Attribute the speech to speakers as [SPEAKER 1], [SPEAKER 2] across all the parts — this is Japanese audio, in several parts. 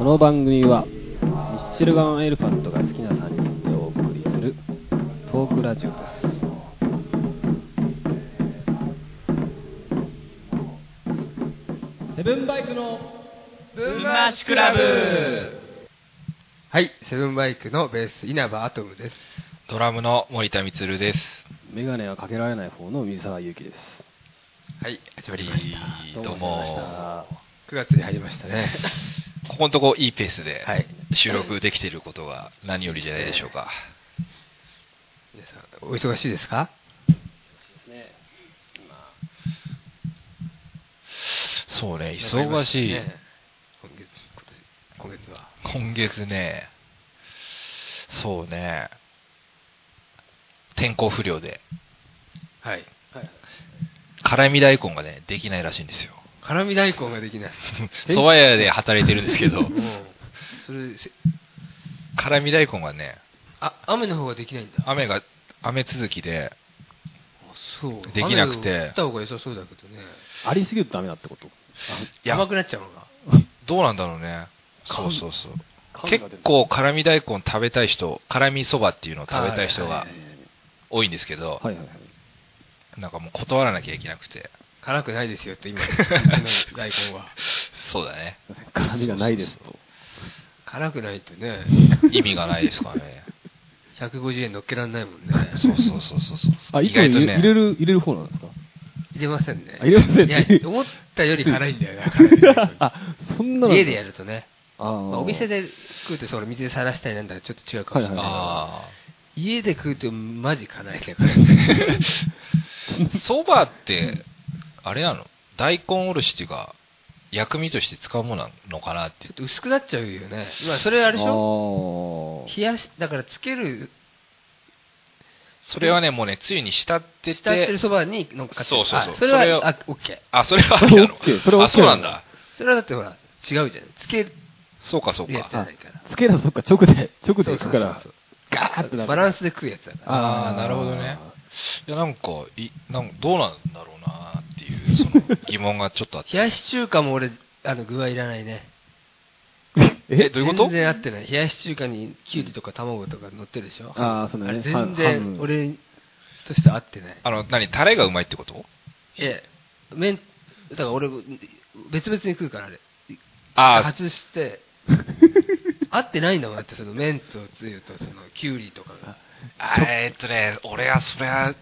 [SPEAKER 1] の番組はミッシェルガン・エレファントが好きな3人でお送りするトークラジオですセブンバイクの
[SPEAKER 2] ブンバーシクラブ
[SPEAKER 3] はい、セブンバイクのベース、稲葉アトムです。
[SPEAKER 2] ドラムの森田光です。
[SPEAKER 1] メガネはかけられない方の水沢祐希です
[SPEAKER 3] はい、始まりました。
[SPEAKER 2] どう
[SPEAKER 1] ありがとうござい
[SPEAKER 2] も
[SPEAKER 1] ま。
[SPEAKER 3] 9月に入りましたね。
[SPEAKER 2] ここのとこいいペースで
[SPEAKER 3] はい
[SPEAKER 2] 収録できていることが何よりじゃないでしょうか。
[SPEAKER 3] 皆さん、お忙しいですか
[SPEAKER 1] したね
[SPEAKER 2] そ
[SPEAKER 3] なん
[SPEAKER 2] うね、
[SPEAKER 3] かありま
[SPEAKER 2] 忙
[SPEAKER 3] たね
[SPEAKER 2] しい。
[SPEAKER 3] 今月、今年、今月は。
[SPEAKER 2] 今月ね、そうね、天候不良で、
[SPEAKER 3] はい。
[SPEAKER 1] 今はい
[SPEAKER 2] 辛味大根がね、できないらしいんですよ。
[SPEAKER 3] 辛味大根ができない。
[SPEAKER 2] 蕎麦屋で働いてるんですけど、
[SPEAKER 3] うんそれ、せ
[SPEAKER 2] 辛味大根がね、
[SPEAKER 3] あ、雨の方ができないんだ。あ、
[SPEAKER 2] 雨が、雨続きで、
[SPEAKER 3] そう。
[SPEAKER 2] できなくて
[SPEAKER 3] 雨を降った方が良さそうだけどね。
[SPEAKER 1] ありすぎるとダメだってこと
[SPEAKER 2] いや
[SPEAKER 3] 甘くなっちゃうのが。
[SPEAKER 2] どうなんだろうね。そ
[SPEAKER 1] 缶
[SPEAKER 2] うそうそう。
[SPEAKER 1] 缶が出る
[SPEAKER 2] 結構辛味大根食べたい人辛味そばっていうのを食べたい人
[SPEAKER 3] は
[SPEAKER 2] が
[SPEAKER 3] いはい
[SPEAKER 2] 多いんですけ
[SPEAKER 1] は
[SPEAKER 2] ど、
[SPEAKER 1] いはいはい
[SPEAKER 2] なんかもう断らなきゃいけなくて
[SPEAKER 3] 辛くないですよ って今、うちの大根は。
[SPEAKER 2] そうだね
[SPEAKER 1] 絡みがないですと
[SPEAKER 3] 辛くないってね、
[SPEAKER 2] 意味がないですからね
[SPEAKER 3] 150円乗っけられないもんね。
[SPEAKER 2] そうそうそうそうそう
[SPEAKER 1] あ、
[SPEAKER 2] 意
[SPEAKER 1] 一個
[SPEAKER 2] 外
[SPEAKER 1] 入
[SPEAKER 2] と
[SPEAKER 1] れ
[SPEAKER 2] ね
[SPEAKER 1] 入れる、入れる方なんですか
[SPEAKER 3] 入れませんね。
[SPEAKER 1] あ入れませんね
[SPEAKER 3] いや、思ったより辛いんだ よな、辛味大根
[SPEAKER 1] あ、そんなの。
[SPEAKER 3] 家でやるとね。
[SPEAKER 1] あー、
[SPEAKER 3] まあお店で食うとそれ水でさらしたりなんだらちょっと違うかもしれないけど、
[SPEAKER 1] はいはいは
[SPEAKER 2] あ
[SPEAKER 3] 家で食うとマジ辛いだ からね
[SPEAKER 2] あそばってあれなの大根おろしっていうか薬味として使うものなのかなっ
[SPEAKER 3] ち
[SPEAKER 2] て
[SPEAKER 3] ょっと薄くなっちゃうよねまあそれあれでしょ
[SPEAKER 1] ょ
[SPEAKER 3] 冷やしだからつける
[SPEAKER 2] それはねもうねつゆに浸ってて
[SPEAKER 3] 浸ってるそばに乗っかって
[SPEAKER 2] そう
[SPEAKER 3] る
[SPEAKER 2] そうそう
[SPEAKER 3] あそれ
[SPEAKER 2] それを
[SPEAKER 3] はあオッケー
[SPEAKER 2] あそれはありなの
[SPEAKER 1] それ OK それ OK
[SPEAKER 2] あそうなんだ
[SPEAKER 3] それはだってほら違うじゃんつける
[SPEAKER 2] そうかそう
[SPEAKER 3] やつじ
[SPEAKER 2] か
[SPEAKER 3] ゃないから
[SPEAKER 1] つけたらそっか、直で、直で
[SPEAKER 3] そ
[SPEAKER 1] 行
[SPEAKER 3] うそう
[SPEAKER 1] く
[SPEAKER 3] そ
[SPEAKER 1] か
[SPEAKER 3] う
[SPEAKER 1] ら
[SPEAKER 3] そう。
[SPEAKER 1] ガーってなる
[SPEAKER 3] バランスで食うやつだから
[SPEAKER 2] あーなるほどねいやなんかいなんどうなんだろうなっていうその疑問がちょっとあって
[SPEAKER 3] 冷やし中華も俺あの具はいらないね
[SPEAKER 2] え
[SPEAKER 1] え
[SPEAKER 2] どういうこと
[SPEAKER 3] 全然合ってない冷やし中華にきゅうりとか卵とか乗ってるでしょ
[SPEAKER 1] あーそうだ
[SPEAKER 3] あ
[SPEAKER 1] ね
[SPEAKER 3] れ全
[SPEAKER 1] ハム
[SPEAKER 3] 然俺としては合ってない
[SPEAKER 2] あの何タレがうまいってこと
[SPEAKER 3] いや、麺、だから俺、別々に食うから、あれ。
[SPEAKER 2] あ
[SPEAKER 3] 外して、合ってないんだもん、だって、その麺とつゆと、その、きゅうりとかが。
[SPEAKER 2] あえーっとね俺はそりゃ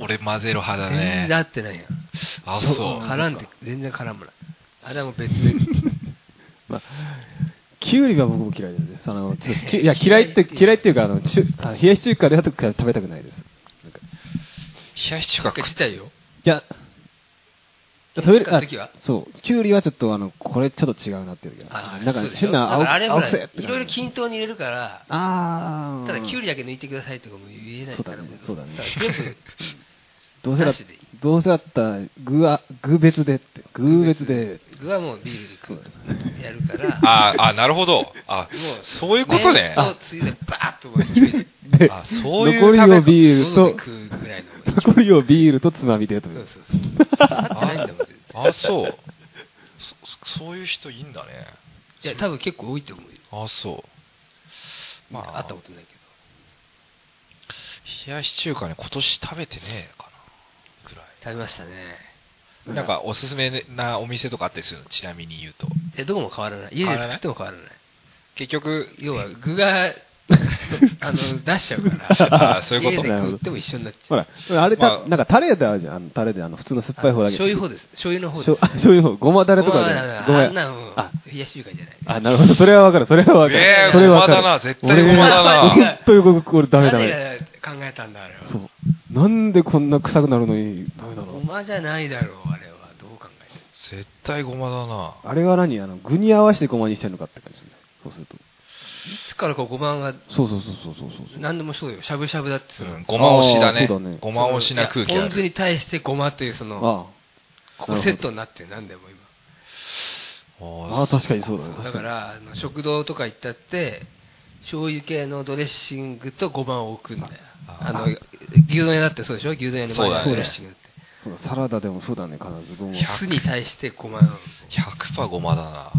[SPEAKER 2] 俺混ぜる派だ
[SPEAKER 3] 全然合
[SPEAKER 2] ね
[SPEAKER 3] ってないやん。
[SPEAKER 2] あそう
[SPEAKER 3] 絡んで、全然絡むない。あれはもう別で。
[SPEAKER 1] まあきゅうりは僕も嫌いですね。そ の、ちょきいや、嫌いって、嫌いっていうか、あの、ちゅあの冷やし中華で食べたくないです。なんか
[SPEAKER 2] 冷やし中
[SPEAKER 3] な
[SPEAKER 2] 華
[SPEAKER 3] んか
[SPEAKER 2] 食っ
[SPEAKER 3] 自体よ。
[SPEAKER 1] いや、
[SPEAKER 3] 冷やし中華の時は
[SPEAKER 1] あそう、きゅうりはちょっと、あの、これちょっと違うなっていう時はなんか
[SPEAKER 3] そうでしょ
[SPEAKER 1] 変な
[SPEAKER 3] だからあれほ
[SPEAKER 1] 青、青
[SPEAKER 3] ら、
[SPEAKER 1] くせって
[SPEAKER 3] いろいろ均等に入れるから、
[SPEAKER 1] ああ。
[SPEAKER 3] ただ、きゅうりだけ抜いてくださいとかも言えないか
[SPEAKER 1] そう
[SPEAKER 3] ら、
[SPEAKER 1] だねそうだね
[SPEAKER 3] から全部、
[SPEAKER 1] どうせだ
[SPEAKER 3] なしでいい
[SPEAKER 1] どうせだったら具は具別でって具別 で
[SPEAKER 3] 具はもうビールで食うとかやるから、
[SPEAKER 2] ああなるほどあ
[SPEAKER 3] もう
[SPEAKER 2] そういうことね
[SPEAKER 3] 麺とつゆでバーッともう一気に
[SPEAKER 1] で
[SPEAKER 2] あそういう
[SPEAKER 1] 残りを
[SPEAKER 2] 食べ
[SPEAKER 1] ビール
[SPEAKER 3] 喉で
[SPEAKER 1] と
[SPEAKER 3] 食うぐらいの方がいい。
[SPEAKER 1] 残りをビールとつまみでと
[SPEAKER 3] そう
[SPEAKER 1] いう
[SPEAKER 3] そうそ う。合ってないんだもん、全然。
[SPEAKER 2] あそうそそういう人いいんだね
[SPEAKER 3] いや、多分結構多いと思うよ。
[SPEAKER 2] あそうま
[SPEAKER 3] ま
[SPEAKER 2] あ
[SPEAKER 3] あ、会ったことないけど。
[SPEAKER 2] 冷やし中華ね今年食べてねえかなぐらい
[SPEAKER 3] 食べましたね。
[SPEAKER 2] なんかおすすめなお店とかあったりするのちなみに言うと
[SPEAKER 3] え、どこも変わらない。家で作っても変わらない。
[SPEAKER 2] 結局
[SPEAKER 3] 要は、具が、 あの、出しちゃうから。
[SPEAKER 2] あそういうこと
[SPEAKER 3] 家で食っても一緒になっち
[SPEAKER 1] ほ
[SPEAKER 3] ゃ
[SPEAKER 1] らあれた、
[SPEAKER 2] まあ
[SPEAKER 1] なんかタレであるじゃんあのタレであの普通の酸っ
[SPEAKER 3] う。
[SPEAKER 1] ぱい方だけ
[SPEAKER 3] 醤油方です。醤油の方
[SPEAKER 1] しょ
[SPEAKER 3] です。
[SPEAKER 1] あ醤油方ごまだれと
[SPEAKER 3] ご
[SPEAKER 1] か
[SPEAKER 3] ま
[SPEAKER 1] じ
[SPEAKER 3] だ
[SPEAKER 1] ゃ
[SPEAKER 3] な
[SPEAKER 1] ご
[SPEAKER 3] あん
[SPEAKER 1] ま
[SPEAKER 3] なもん
[SPEAKER 1] あ、
[SPEAKER 3] 冷やし中華じゃない。
[SPEAKER 1] あなるほどそれはわかるそれはわかる、
[SPEAKER 2] え
[SPEAKER 3] ー
[SPEAKER 1] それはわかる
[SPEAKER 2] ごまだな絶対ごまだな
[SPEAKER 1] 俺本当に僕これダメダメ
[SPEAKER 3] 誰が考えたんだ、あれは。
[SPEAKER 1] そうなんでこんな臭くなるのにダメな
[SPEAKER 3] ご
[SPEAKER 1] の
[SPEAKER 3] まじゃないだろう、あれは。どう考えても
[SPEAKER 2] 絶対ごまだな
[SPEAKER 1] あれは何あの具に合わせてごまにしてるのかって感じそうすると
[SPEAKER 3] いつからかごまが、
[SPEAKER 1] そうそうそうそうそうそう
[SPEAKER 3] 何でもそうよ。しゃぶしゃぶだってその
[SPEAKER 2] うん、ごま押しだ
[SPEAKER 1] あ
[SPEAKER 2] ね
[SPEAKER 1] ーそうだね
[SPEAKER 2] ごま押しな空気
[SPEAKER 3] いや
[SPEAKER 2] あ
[SPEAKER 3] ポン酢
[SPEAKER 2] る
[SPEAKER 3] に対してごまというその、
[SPEAKER 1] ああ
[SPEAKER 3] ここセットになってるなんでも今。
[SPEAKER 1] ああ、確かにそうだね。
[SPEAKER 3] だから、あの食堂とか行ったって、醤油系のドレッシングとごまを置くんだよ。
[SPEAKER 2] あ
[SPEAKER 3] あの、牛丼屋だってそうでしょ牛丼屋にごま
[SPEAKER 2] そうだね
[SPEAKER 3] ドレッシングって。
[SPEAKER 1] そうだ、サラダでもそうだね、必ず。ごま
[SPEAKER 2] いや
[SPEAKER 3] 酢に対してごまを。
[SPEAKER 2] 100%ごまだな
[SPEAKER 3] あ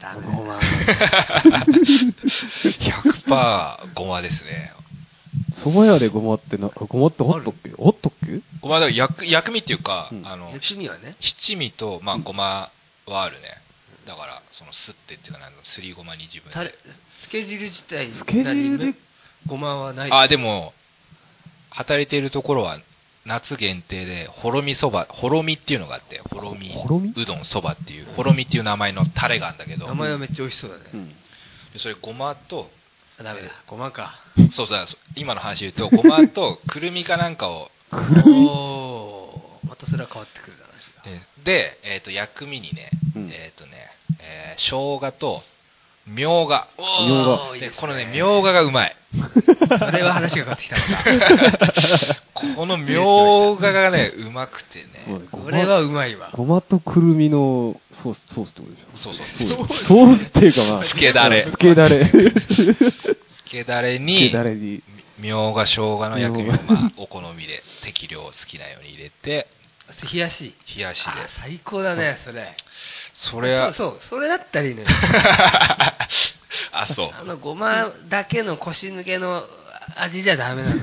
[SPEAKER 3] ダメ
[SPEAKER 1] ごま。
[SPEAKER 2] 100%ごまですね。
[SPEAKER 1] 蕎麦屋でごまってな、ごまってあったっけあったっけ
[SPEAKER 2] ごまだから薬薬味っていうか、
[SPEAKER 1] うん
[SPEAKER 2] あの、
[SPEAKER 3] 薬味はね、
[SPEAKER 2] 七味と、まあ、ごまはあるね。だから、その、すってっていうか、なんだろうすりごまに自分
[SPEAKER 3] タレ
[SPEAKER 2] で。
[SPEAKER 3] つけ汁自体
[SPEAKER 1] つけ汁で
[SPEAKER 3] 何もごまはない
[SPEAKER 2] あ、でも、働いているところは、夏限定で、ほろみそば、ほろみっていうのがあって、ほろみ
[SPEAKER 1] ほろみ
[SPEAKER 2] うどんそばっていう、ほろみっていう名前のタレがあるんだけど、
[SPEAKER 3] 名前はめっちゃ美味しそうだね、
[SPEAKER 1] うん。
[SPEAKER 2] でそれごまと、
[SPEAKER 3] あダメだごまか
[SPEAKER 2] そうだ、そ今の話で言うと、ごまと くるみかなんかを、
[SPEAKER 1] くるみ
[SPEAKER 3] おーまたそれは変わってくる話が
[SPEAKER 2] でで、えっ、と、薬味にね、
[SPEAKER 1] うん
[SPEAKER 2] えっ、とね、えー生姜と、みょうが。
[SPEAKER 1] みょう
[SPEAKER 3] お
[SPEAKER 1] が
[SPEAKER 3] ーいい
[SPEAKER 2] で、
[SPEAKER 3] です
[SPEAKER 2] このね、みょうががうまい。
[SPEAKER 3] それは話が変わってきたのか
[SPEAKER 2] このみょうががね、うまくて
[SPEAKER 1] そう
[SPEAKER 2] ね
[SPEAKER 1] だ。
[SPEAKER 3] これはうまいわ
[SPEAKER 1] ごまとくるみのソース、ソースってことでしょ
[SPEAKER 2] そうそう。
[SPEAKER 1] ソースっていうかまあ。
[SPEAKER 2] つけだれ
[SPEAKER 1] つけだれ。つ
[SPEAKER 2] つけだ
[SPEAKER 1] け
[SPEAKER 2] れに、
[SPEAKER 1] だれに。
[SPEAKER 2] みょうが、生姜の薬味
[SPEAKER 1] みょう
[SPEAKER 2] を、
[SPEAKER 1] が
[SPEAKER 2] まあ、お好みで適量好きなように入れて、
[SPEAKER 3] 冷やし
[SPEAKER 2] 冷やし
[SPEAKER 3] あ
[SPEAKER 2] で
[SPEAKER 3] ー。最高だねそれ
[SPEAKER 2] それは、
[SPEAKER 3] そうそうそれだったらいいのよ
[SPEAKER 2] あ、そう。
[SPEAKER 3] あのごまだけの腰抜けの味じゃダメなのよ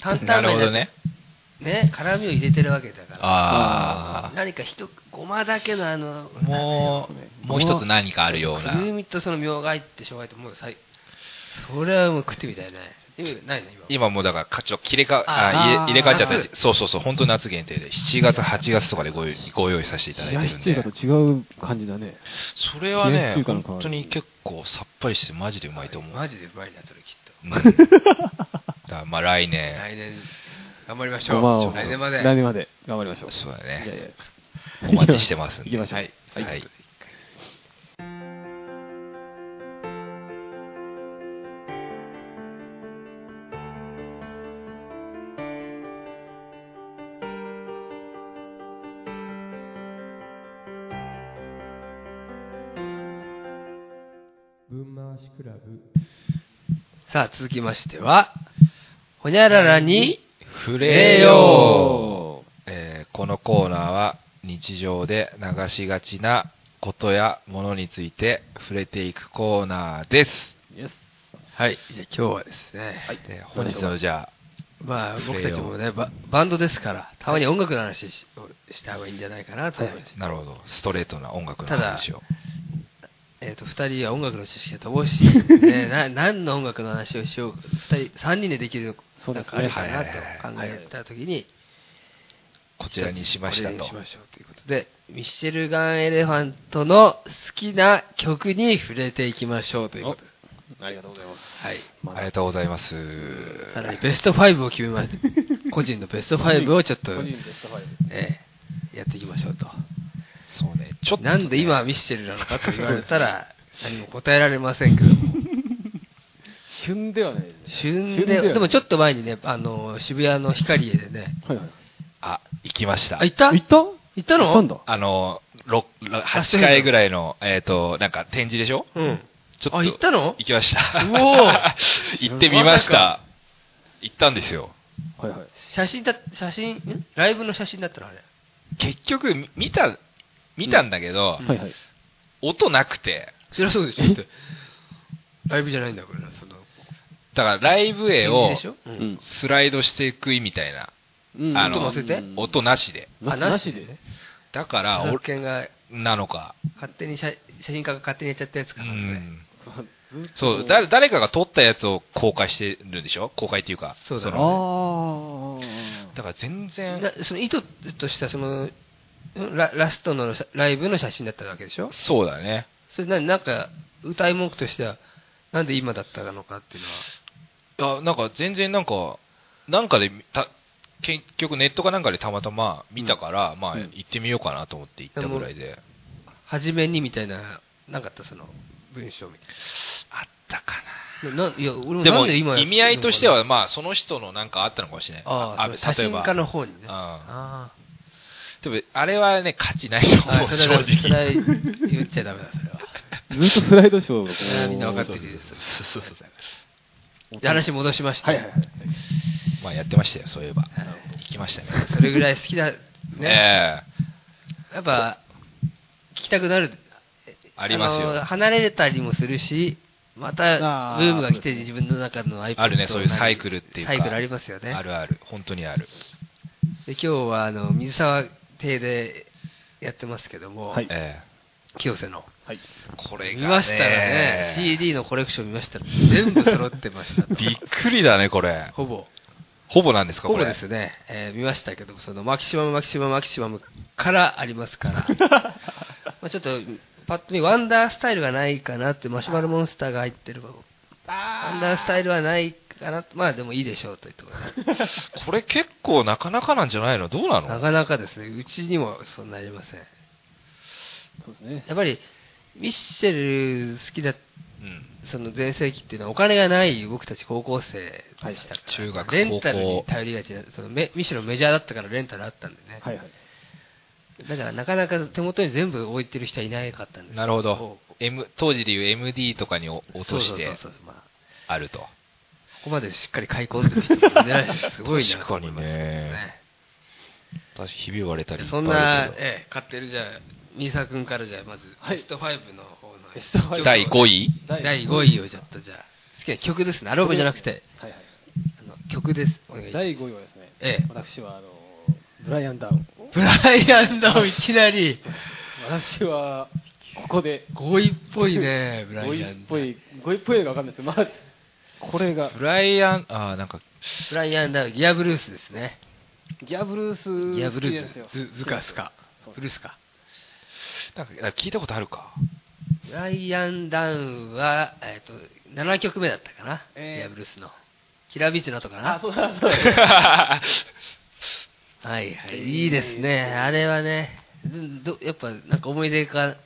[SPEAKER 3] 担々
[SPEAKER 2] なる
[SPEAKER 3] 麺
[SPEAKER 2] ほ
[SPEAKER 3] だ
[SPEAKER 2] ど
[SPEAKER 3] と
[SPEAKER 2] ね。
[SPEAKER 3] ね辛みを入れてるわけだから
[SPEAKER 2] あ
[SPEAKER 3] 何かひとごまだけのあの
[SPEAKER 2] あ。もう、もう一つ何かあるような。
[SPEAKER 3] くるみとそのみょうが入ってしょうがってもう最それはもう食ってみたいね今ないの今
[SPEAKER 2] 今もうだからか、ちょっと切れか、
[SPEAKER 3] あ
[SPEAKER 2] あ入れ入れ替えちゃった
[SPEAKER 3] 夏
[SPEAKER 2] そうそうそう、本当夏限定で、7月、8月とかでご用意ご用意させていた
[SPEAKER 1] 冷
[SPEAKER 2] だい
[SPEAKER 1] や
[SPEAKER 2] て
[SPEAKER 1] し
[SPEAKER 2] るん
[SPEAKER 1] 中
[SPEAKER 2] で
[SPEAKER 1] 華、と違う感じだね。
[SPEAKER 2] それは
[SPEAKER 1] 冷や
[SPEAKER 2] ね
[SPEAKER 1] し中、華の代わり
[SPEAKER 2] 本当に結構さっぱりして、マジでうまいと思う。
[SPEAKER 3] マジでうまいなそれきっと
[SPEAKER 2] うんだからまあ来年、
[SPEAKER 3] 来年頑張りまし
[SPEAKER 1] ご
[SPEAKER 3] ょ
[SPEAKER 1] まを。
[SPEAKER 3] う来年まで
[SPEAKER 1] 来年まで。頑張りましょう。
[SPEAKER 2] そうだ
[SPEAKER 1] いやいや
[SPEAKER 2] ね、お待ちしてますんで。
[SPEAKER 1] 行きましょう
[SPEAKER 2] はい。
[SPEAKER 1] はい
[SPEAKER 2] はい
[SPEAKER 3] さあ続きましてはほにゃららに
[SPEAKER 2] 触れよう、えーこのコーナーは日常で流しがちなことやものについて触れていくコーナーです。
[SPEAKER 1] イエス
[SPEAKER 3] はいじゃあ今日はですね、
[SPEAKER 2] で本日のじゃあ、
[SPEAKER 3] まあ僕たちも
[SPEAKER 2] 触れ
[SPEAKER 3] ねババンドですからたまに音楽の話しした方がいいんじゃないかなと思います、
[SPEAKER 2] なるほど、ストレートな音楽の
[SPEAKER 3] ただ
[SPEAKER 2] 話を。
[SPEAKER 3] えっ、と、二人は音楽の知識が乏しいの で、な何の音楽の話をしようか、二人、三人でできる
[SPEAKER 1] そう
[SPEAKER 3] な
[SPEAKER 1] です
[SPEAKER 3] んか
[SPEAKER 1] ね
[SPEAKER 3] あるかな
[SPEAKER 2] はいはい
[SPEAKER 3] と
[SPEAKER 2] はい
[SPEAKER 3] 考えたときに、
[SPEAKER 2] こちらにしました
[SPEAKER 3] これ
[SPEAKER 2] と
[SPEAKER 3] にし。ましょうということで、ミッシェルガン・エレファントの好きな曲に触れていきましょうということで、
[SPEAKER 1] ありがとうございます。
[SPEAKER 3] はい。
[SPEAKER 2] ありがとうございます。
[SPEAKER 3] さらにベスト5を決めます。個人のベスト5をちょっと、
[SPEAKER 1] 個人ベストファイブ
[SPEAKER 3] ええやっていきましょうと。
[SPEAKER 2] そうね、ちょっと、
[SPEAKER 3] なんで今ミッシェルなのかと言われたら、何も答えられませんけども。
[SPEAKER 1] 旬ではないですね。
[SPEAKER 3] 旬
[SPEAKER 1] 旬では
[SPEAKER 3] で、
[SPEAKER 1] ない
[SPEAKER 3] でもちょっと前にね、あの、渋谷の光栄でね、
[SPEAKER 1] はいはい。
[SPEAKER 2] あ、行きました。
[SPEAKER 3] あ、行った
[SPEAKER 1] 行った
[SPEAKER 3] 行ったの
[SPEAKER 1] 行ったんだ。
[SPEAKER 2] あの、ろろ
[SPEAKER 3] あ
[SPEAKER 2] 8回ぐらいの、えっ、と、なんか展示でしょ
[SPEAKER 3] うん。
[SPEAKER 2] ちょっと
[SPEAKER 3] あ、行ったの
[SPEAKER 2] 行きました。
[SPEAKER 3] うおー
[SPEAKER 2] 行ってみました。行ったんですよ。
[SPEAKER 1] はいはい。
[SPEAKER 3] 写真だ、写真、んライブの写真だったのあれ。
[SPEAKER 2] 結局、み見た、見たんだけど、
[SPEAKER 1] はいはい。
[SPEAKER 2] 音なくて、
[SPEAKER 3] そりゃそうでしょ。だってライブじゃないんだから、その、
[SPEAKER 2] だからライブ絵
[SPEAKER 3] 展
[SPEAKER 2] を
[SPEAKER 3] 示でしょう。
[SPEAKER 1] うんん
[SPEAKER 2] スライドしていくみたいな、
[SPEAKER 1] うん
[SPEAKER 2] あの
[SPEAKER 3] 音乗せて
[SPEAKER 2] 音なしで。
[SPEAKER 1] な
[SPEAKER 3] あ
[SPEAKER 1] な
[SPEAKER 3] な
[SPEAKER 1] し
[SPEAKER 3] し
[SPEAKER 1] で
[SPEAKER 3] で
[SPEAKER 1] ね
[SPEAKER 3] ね。
[SPEAKER 2] だから、
[SPEAKER 3] 著
[SPEAKER 2] お
[SPEAKER 3] 作権が
[SPEAKER 2] なのか。
[SPEAKER 3] 勝手に写写真家が勝手にやっちゃったやつ
[SPEAKER 2] う
[SPEAKER 3] かな、それ
[SPEAKER 2] ん。そう、誰誰かが撮ったやつを公開してるんでしょ公開っていうか。
[SPEAKER 3] そうだ
[SPEAKER 1] あ
[SPEAKER 3] ろ
[SPEAKER 2] の
[SPEAKER 1] あ。
[SPEAKER 2] だから全然、
[SPEAKER 3] なその意図とした、その、ララストの写ライブの写真だったわけでしょ
[SPEAKER 2] そうだね。
[SPEAKER 3] それな、なんか、歌い文句としては、なんで今だったのかっていうのは。
[SPEAKER 2] あなんか全然なんか、なんかで見た、結局ネットかなんかでたまたま見たから、まあ
[SPEAKER 1] うん
[SPEAKER 2] 行ってみようかなと思って行ったぐらいで。
[SPEAKER 3] はじめにみたいな、なかった、その、文章み
[SPEAKER 2] あったか
[SPEAKER 3] たいな。ないや、俺も
[SPEAKER 2] で
[SPEAKER 3] な
[SPEAKER 2] も
[SPEAKER 3] んで今や
[SPEAKER 2] 意味合いとしては、まあその人のなんかあったのかもしれない。
[SPEAKER 3] ああ、そう写
[SPEAKER 2] 例え
[SPEAKER 3] 真
[SPEAKER 2] ば
[SPEAKER 3] 家の方にね。
[SPEAKER 2] あ
[SPEAKER 3] あ
[SPEAKER 2] でもあれはね、価値ないと
[SPEAKER 3] あ。あ
[SPEAKER 2] 思
[SPEAKER 3] あ
[SPEAKER 2] う、
[SPEAKER 3] そ
[SPEAKER 2] 正
[SPEAKER 3] れは、それは
[SPEAKER 2] 直。
[SPEAKER 3] 言っちゃダメだ、それは。
[SPEAKER 1] ずっとスライドショーをこう
[SPEAKER 3] そ れはみんな分かってるです。で話戻しまして、
[SPEAKER 1] はいはいはい。
[SPEAKER 2] まあやってましたよ、そういえば。
[SPEAKER 3] なるほ
[SPEAKER 2] 行きましたね。
[SPEAKER 3] それぐらい好きだ、ね。
[SPEAKER 2] ねえ
[SPEAKER 3] やっぱ、聞きたくなる
[SPEAKER 2] ありますよ
[SPEAKER 3] の離れたりもするし、また
[SPEAKER 1] あー
[SPEAKER 3] ブームが
[SPEAKER 1] そ
[SPEAKER 3] 来て、
[SPEAKER 1] うです
[SPEAKER 3] 自分の中の iPad
[SPEAKER 2] あるね、そういう
[SPEAKER 3] なり
[SPEAKER 2] サイクルっていうか。
[SPEAKER 3] サイクルありますよね。
[SPEAKER 2] あるある。本当にある。
[SPEAKER 3] で今日はあの水沢邸でやってますけども、
[SPEAKER 1] はい
[SPEAKER 2] え
[SPEAKER 3] 清瀬の。
[SPEAKER 1] はい。
[SPEAKER 2] えこれが、ね。
[SPEAKER 3] 見ましたらね、CD のコレクション見ましたら、全部揃ってま したと。
[SPEAKER 2] びっくりだね、これ。
[SPEAKER 3] ほぼ。
[SPEAKER 2] ほぼなんですか、
[SPEAKER 3] ほ
[SPEAKER 2] こ
[SPEAKER 3] ぼ
[SPEAKER 2] れ。
[SPEAKER 3] ですね、えー見ましたけど、そのマキシマム、マキシマム、マキシマムからありますから、 まあちょっとパッと見、ワンダースタイルがないかなって、マシュマロモンスターが入ってるわワンダースタイルはないかなまあでもいいでしょうというところで
[SPEAKER 2] これ結構なかなかなんじゃないのどうなの
[SPEAKER 3] なかなかですね、うちにもそんなありません。
[SPEAKER 1] そうですね。
[SPEAKER 3] やっぱり、ミッシェル好きだ
[SPEAKER 2] うん。
[SPEAKER 3] その全盛期っていうのはお金がない僕たち高校生でしたから、
[SPEAKER 2] 中学
[SPEAKER 3] レンタル
[SPEAKER 2] 高
[SPEAKER 3] に
[SPEAKER 2] 校
[SPEAKER 3] 頼りがちなそのめむしろメジャーだったからレンタルあったんでね、
[SPEAKER 1] はいはい。
[SPEAKER 3] だからなかなか手元に全部置いてる人はいなかったんです
[SPEAKER 2] なるほど。M、当時でいう MD とかに落とし
[SPEAKER 3] そ
[SPEAKER 2] て
[SPEAKER 3] うそうそうそう、まあ、
[SPEAKER 2] あると。
[SPEAKER 3] ここまでしっかり買い込んでる人もいないすごいなと思いますけど
[SPEAKER 2] 私、ひび割れたりいっぱ
[SPEAKER 3] そ
[SPEAKER 2] い
[SPEAKER 3] ん
[SPEAKER 2] あ
[SPEAKER 3] な
[SPEAKER 2] る、けど
[SPEAKER 3] ええ、買ってるじゃあミーサ君からじゃあまず、
[SPEAKER 1] はい
[SPEAKER 3] ベスト5の方の
[SPEAKER 1] ベスト5
[SPEAKER 2] 第5
[SPEAKER 3] 位
[SPEAKER 2] 位
[SPEAKER 3] 第5位をちょっとじゃあ好きな曲ですねアルバムじゃなくて
[SPEAKER 1] はいはい。
[SPEAKER 3] あの曲ですお願いします
[SPEAKER 1] 第5位はですね、
[SPEAKER 3] ええ
[SPEAKER 1] 私はあのブライアン・ダウン。
[SPEAKER 3] ブライアンダウンいきなり、
[SPEAKER 1] 私はここで
[SPEAKER 3] 5位っぽいね、 ブラ
[SPEAKER 1] 5
[SPEAKER 3] イ
[SPEAKER 1] 位
[SPEAKER 3] ア
[SPEAKER 1] っ
[SPEAKER 3] ンダ
[SPEAKER 1] ぽ
[SPEAKER 3] ウン。
[SPEAKER 1] い、5位っぽいがわかんないですけど、まず、これが、
[SPEAKER 2] ブライアン、あーなんか、
[SPEAKER 3] ブライアンダウン、ギアブルースですね。
[SPEAKER 1] ギャブルース、
[SPEAKER 3] ギアブル
[SPEAKER 1] 好きなん
[SPEAKER 3] ー
[SPEAKER 1] ですよ
[SPEAKER 3] ス、ズズカスカ
[SPEAKER 1] そう。
[SPEAKER 3] ブルースか。
[SPEAKER 2] なんか聞いたことあるか。
[SPEAKER 3] ブライアンダウンは、えっ、と、7曲目だったかな。
[SPEAKER 1] えー
[SPEAKER 3] ギアブルースの。キラビチの後かな。
[SPEAKER 1] あ、そうだ、そうだ。
[SPEAKER 3] はいはい。いいですね。あれはね、うんどやっぱ、なんか思い出か、
[SPEAKER 1] い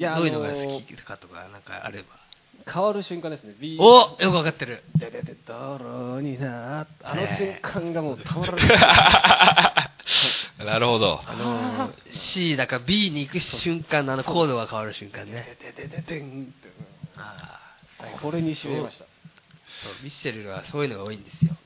[SPEAKER 1] や
[SPEAKER 3] どういうのが
[SPEAKER 1] あの
[SPEAKER 3] 好
[SPEAKER 1] ー
[SPEAKER 3] きかとか、なんかあれば。
[SPEAKER 1] 変わる瞬間ですね。ビー
[SPEAKER 3] およくわかってる。
[SPEAKER 1] ででで泥になあの瞬間がもうたまらない。
[SPEAKER 2] なるほど。
[SPEAKER 3] あのー、C だか B に行く瞬間のあのコードが変わる瞬間ね。
[SPEAKER 1] でででででんって
[SPEAKER 3] あー
[SPEAKER 1] これにしびれました。
[SPEAKER 3] そうミッシェルはそういうのが多いんですよ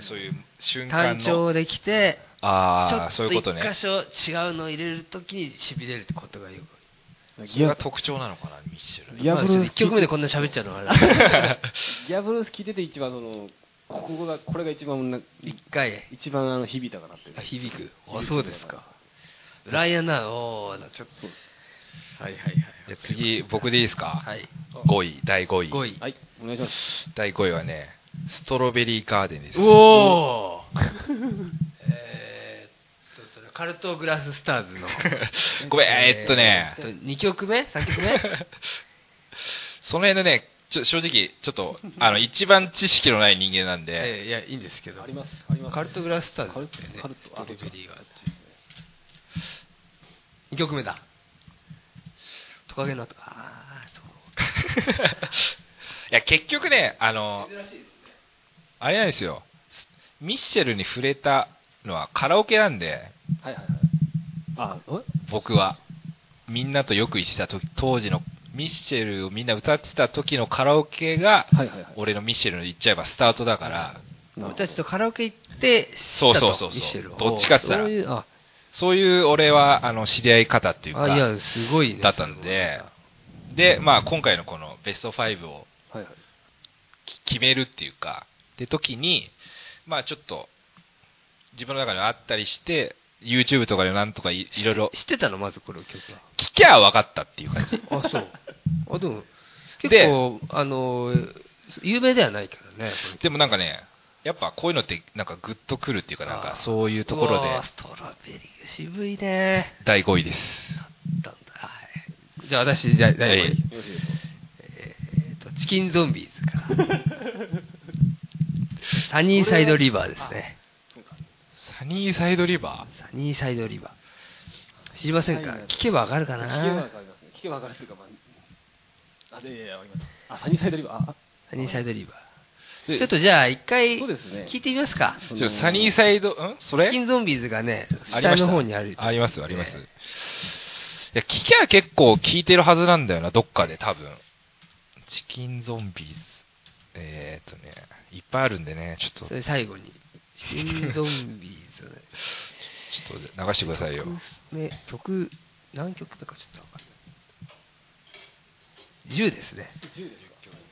[SPEAKER 2] そういう瞬間
[SPEAKER 3] 単
[SPEAKER 2] の。
[SPEAKER 3] 調できてちょ
[SPEAKER 2] ああ、
[SPEAKER 3] っ
[SPEAKER 2] そう
[SPEAKER 3] と
[SPEAKER 2] いう
[SPEAKER 3] 一
[SPEAKER 2] ことね。
[SPEAKER 3] 箇所違うのを入れるときにしびれるってことがよく
[SPEAKER 2] それが特徴なのかな、ミッシェル。
[SPEAKER 1] ギャブルース
[SPEAKER 3] 1曲目でこんな喋っちゃうのはな
[SPEAKER 1] ギャブルース聞いてて一番その、ここが、これが一番な、
[SPEAKER 3] 一回
[SPEAKER 1] 一番あの響いたかなっていう。
[SPEAKER 3] 響く
[SPEAKER 1] 響
[SPEAKER 3] あ
[SPEAKER 1] く
[SPEAKER 3] そうですかライアンナーおーちょっとはいはい
[SPEAKER 2] じゃあ次、僕でいいですか、
[SPEAKER 3] はい
[SPEAKER 2] 5位、第5位。
[SPEAKER 3] 5位
[SPEAKER 1] はい、お願いします。
[SPEAKER 2] 第5位はね、ストロベリーガーデンです。
[SPEAKER 3] おお えーっとそれカルトグラススターズの
[SPEAKER 2] ごめん、えーっとね、
[SPEAKER 3] 2曲目3曲 目
[SPEAKER 2] その辺のね、ちょ正直、ちょ っと、あの、一番知識のない人間なんで、
[SPEAKER 3] えーいやいいんですけど
[SPEAKER 1] あります、あります。
[SPEAKER 3] カルトグラススター
[SPEAKER 1] カル
[SPEAKER 3] ズ
[SPEAKER 1] ト
[SPEAKER 3] ってね
[SPEAKER 1] カルト
[SPEAKER 3] ストロベリーが
[SPEAKER 1] あ
[SPEAKER 3] 2曲目だトカゲの後ああそう
[SPEAKER 2] いや、結局ね、あの、あれなんですよ、ミッシェルに触れたのはカラオケなんで、
[SPEAKER 1] はいはいはい。あ、え
[SPEAKER 2] 僕は。みんなとよく行ってた時、当時のミッシェルをみんな歌ってた時のカラオケが、
[SPEAKER 1] はいはいはい。
[SPEAKER 2] 俺のミッシェルの行っちゃえばスタートだから、
[SPEAKER 1] なるほど
[SPEAKER 3] 俺たちとカラオケ行って
[SPEAKER 2] そうそうそうそ
[SPEAKER 3] 知ったとミ
[SPEAKER 2] う
[SPEAKER 3] ッシェルを
[SPEAKER 2] どっちかって言ったら
[SPEAKER 3] そういうあ
[SPEAKER 2] そういう俺は、あの、知り合い方っていうか、
[SPEAKER 3] あいやすごいね
[SPEAKER 2] だったんでで、まあ、今回のこのベスト5を
[SPEAKER 1] はいはい。
[SPEAKER 2] き決めるっていうか、って時に、まあちょっと、自分の中にあったりして、YouTube とかでなんとかいいろいろ
[SPEAKER 3] 知ってたのまずこの曲
[SPEAKER 2] 聞きゃ分かったっていう感じ。
[SPEAKER 3] はあそうあでも
[SPEAKER 2] で
[SPEAKER 3] 結構あの有名ではないからね
[SPEAKER 2] でもなんかね、やっぱこういうのってなんかグッとくるっていうか、なん
[SPEAKER 3] あ
[SPEAKER 2] か
[SPEAKER 3] ー
[SPEAKER 2] そういうところ
[SPEAKER 3] う
[SPEAKER 2] で
[SPEAKER 3] わーストロベリー渋いね
[SPEAKER 2] 第5位です。
[SPEAKER 3] だったんだはいじゃあ私だだい
[SPEAKER 2] はい
[SPEAKER 1] よろしいです
[SPEAKER 3] えーとチキンゾンビーズから。サニーサイドリバーです ね。
[SPEAKER 2] サニーサイドリバ
[SPEAKER 3] サニーサイドリバー。知りませんか
[SPEAKER 1] はいはい
[SPEAKER 3] 聞けばわかるか
[SPEAKER 1] か聞けばわか
[SPEAKER 3] な
[SPEAKER 1] りますね。聞けばわかるっていうか、まあ、あ、で、いやいや、わかります。あ、サニーサイドリバー。あ、
[SPEAKER 3] サニーサイドリバー。
[SPEAKER 2] で
[SPEAKER 3] ちょっとじゃあ一回
[SPEAKER 1] そうですね
[SPEAKER 3] 聞いてみますか。
[SPEAKER 2] ー。ちょサニーサイド、んそれ
[SPEAKER 3] チキンゾンビーズがね、
[SPEAKER 2] ありま
[SPEAKER 3] 下
[SPEAKER 2] した
[SPEAKER 3] の方にある。
[SPEAKER 2] あります、あります。い
[SPEAKER 3] ね
[SPEAKER 2] や、聞きゃ結構聞いてるはずなんだよな、どっかで多分。チキンゾンビーズ。えーっとね、いっぱいあるんでね、ちょっ
[SPEAKER 3] そ
[SPEAKER 2] と、ち
[SPEAKER 3] れ最後に。チキンゾンビーズね。
[SPEAKER 2] ょっと流してくださいよ。
[SPEAKER 3] 曲ね、曲、何曲目かちょっとわかんない。 10ですね。じゃ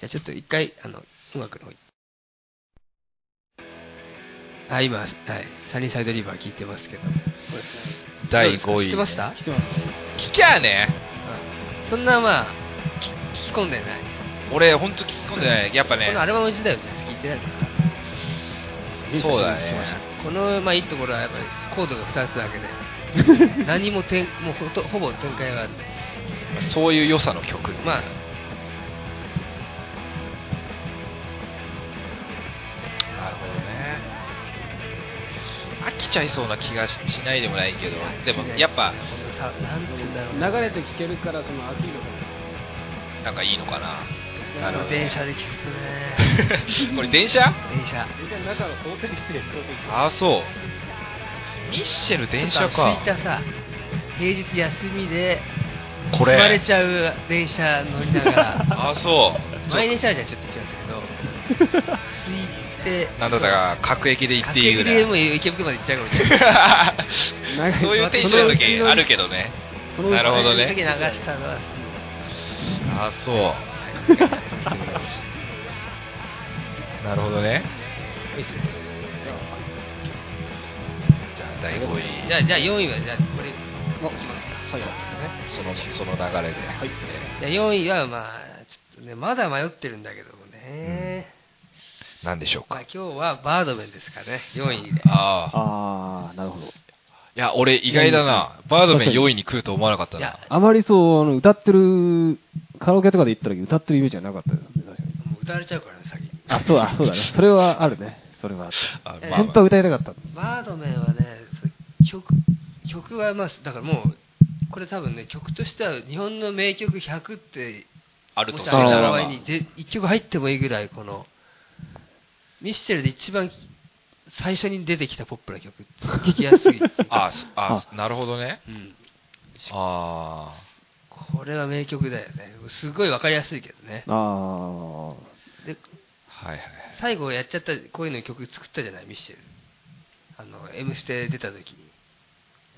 [SPEAKER 3] あちょっと一回、あの、音楽の方にあ、今、はい、サニーサイドリバー聞いてますけど。
[SPEAKER 1] そうですね。
[SPEAKER 2] 第5位、
[SPEAKER 3] 知ってました、
[SPEAKER 1] 来てますね。
[SPEAKER 2] 聞きゃあね。
[SPEAKER 3] うんそんな、まあ、き聞き込んでない。
[SPEAKER 2] 俺、ほんと聞き込んでない。やっぱ
[SPEAKER 3] このア
[SPEAKER 2] ね、
[SPEAKER 3] ルバム自体をじゃあ聞いてないのかな
[SPEAKER 2] そうだね。
[SPEAKER 3] この、まあ、いいところはやっぱりコードが2つだけで。 何もてんもうほとほぼ展開は
[SPEAKER 2] そういう良さの曲。
[SPEAKER 3] まあ
[SPEAKER 2] なるほどね。飽きちゃいそうな気がししないでもないけど、でもやっぱ、
[SPEAKER 3] さなんつうんだろう
[SPEAKER 4] 流れて聴けるからその飽きる
[SPEAKER 2] なんかいいのかな。 なるほど
[SPEAKER 3] 電
[SPEAKER 2] ね。
[SPEAKER 3] 車で聞くと ね
[SPEAKER 2] これ電車
[SPEAKER 3] 電車
[SPEAKER 4] 電車の中の想定して想定して
[SPEAKER 2] ああ、そう。ミッシェル電車
[SPEAKER 3] ちょっと
[SPEAKER 2] か
[SPEAKER 3] 空い。たさ平日休みで
[SPEAKER 2] こ
[SPEAKER 3] 積まれ
[SPEAKER 2] れ。
[SPEAKER 3] ちゃう電車乗りなが ら
[SPEAKER 2] ああ、そう。
[SPEAKER 3] 毎日あるじゃんちょっと違うんだけど 空いて
[SPEAKER 2] なんだったか、各駅で行っていいぐ
[SPEAKER 3] 各
[SPEAKER 2] ら
[SPEAKER 3] 駅で
[SPEAKER 2] い。
[SPEAKER 3] も池袋まで行っちゃうかもしれない
[SPEAKER 4] 長い
[SPEAKER 2] そういうテンションの時あるけどね。 なるほど
[SPEAKER 3] その時流
[SPEAKER 2] ね。
[SPEAKER 3] したのは
[SPEAKER 2] ああ、そう。なるほどね。
[SPEAKER 3] いいっすね
[SPEAKER 2] じゃあ、第5位。
[SPEAKER 3] じゃあじゃあ4位はじゃあこれ
[SPEAKER 4] お
[SPEAKER 3] いきますか
[SPEAKER 4] はい
[SPEAKER 2] そのその流れで、
[SPEAKER 4] い
[SPEAKER 2] え
[SPEAKER 3] じゃあ4位はまあちょっとねまだ迷ってるんだけどもね、
[SPEAKER 2] ー何でしょう
[SPEAKER 3] まあ
[SPEAKER 2] か。
[SPEAKER 3] 今日はバードメンですかね4位で
[SPEAKER 2] ああ。
[SPEAKER 1] ああ、なるほど。
[SPEAKER 2] いや、俺意外だな。バードメン4位に来ると思わなかった
[SPEAKER 3] いや
[SPEAKER 2] な。
[SPEAKER 1] あまりそう、あの歌ってる、カラオケとかで行った時歌ってるイメージはなかったですね、確かに。
[SPEAKER 3] もう歌われちゃうからね先に
[SPEAKER 1] あ、そうだ、そうだね。それはあるね。それはある。
[SPEAKER 2] あ
[SPEAKER 3] え
[SPEAKER 2] まあ
[SPEAKER 1] 本当は歌いたかった。
[SPEAKER 3] バードメンはね曲曲はまあだからもうこれ多分ね曲としては日本の名曲100って
[SPEAKER 2] あると
[SPEAKER 3] もし
[SPEAKER 2] す
[SPEAKER 3] あ
[SPEAKER 2] る
[SPEAKER 1] あ
[SPEAKER 3] げ
[SPEAKER 2] な
[SPEAKER 3] た
[SPEAKER 2] ら
[SPEAKER 3] 場
[SPEAKER 2] ば
[SPEAKER 3] 合。にぜ一曲入ってもいいぐらいこのミッシェルで一番最初に出てきたポップな曲聴きやすい
[SPEAKER 2] あすあなるほどね。
[SPEAKER 3] うん
[SPEAKER 2] あ
[SPEAKER 3] これは名曲だよねすごいわかりやすいけどね
[SPEAKER 1] あ
[SPEAKER 3] で
[SPEAKER 2] あ。はいはい。
[SPEAKER 3] 最後やっちゃったこういうの曲作ったじゃないミッシェルあの「M ステ」出た時に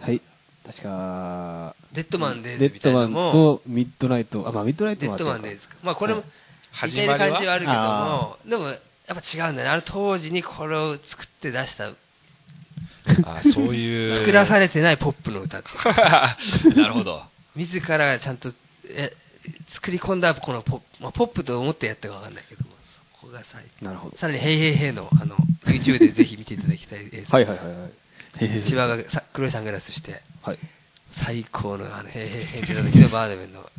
[SPEAKER 1] あ。はい。確か、
[SPEAKER 3] 「デッドマン
[SPEAKER 1] レ
[SPEAKER 3] デーズ」
[SPEAKER 1] ッ
[SPEAKER 3] みたい
[SPEAKER 1] ド
[SPEAKER 3] な
[SPEAKER 1] マ
[SPEAKER 3] の
[SPEAKER 1] ン
[SPEAKER 3] も
[SPEAKER 1] とミッドナイト、あ、まあミッドナ
[SPEAKER 3] 「
[SPEAKER 1] イト
[SPEAKER 3] デ
[SPEAKER 1] も
[SPEAKER 3] ッ
[SPEAKER 1] あ
[SPEAKER 3] ドマンデーズ」かまあこれも
[SPEAKER 2] はい
[SPEAKER 3] 似てる感じはあるけど
[SPEAKER 1] は
[SPEAKER 3] もでもやっぱ違うんだよねあの当時にこれを作って出した
[SPEAKER 2] あーそういう。
[SPEAKER 3] 作らされてないポップの歌っていうか
[SPEAKER 2] なるほど。
[SPEAKER 3] 自らがちゃんとえ作り込んだこのポップ、まあ、ポップと思ってやったかわかんないけどもそこが最
[SPEAKER 1] なるほど。
[SPEAKER 3] さらに「ヘイヘイヘイの」あの YouTube でぜひ見ていただきたいです
[SPEAKER 1] はいはいはいはい。へへへ
[SPEAKER 3] 千葉がさ黒いサングラスして
[SPEAKER 1] はい。
[SPEAKER 3] 最高のあの「へいへいへい」出た時のバードメンの
[SPEAKER 2] あ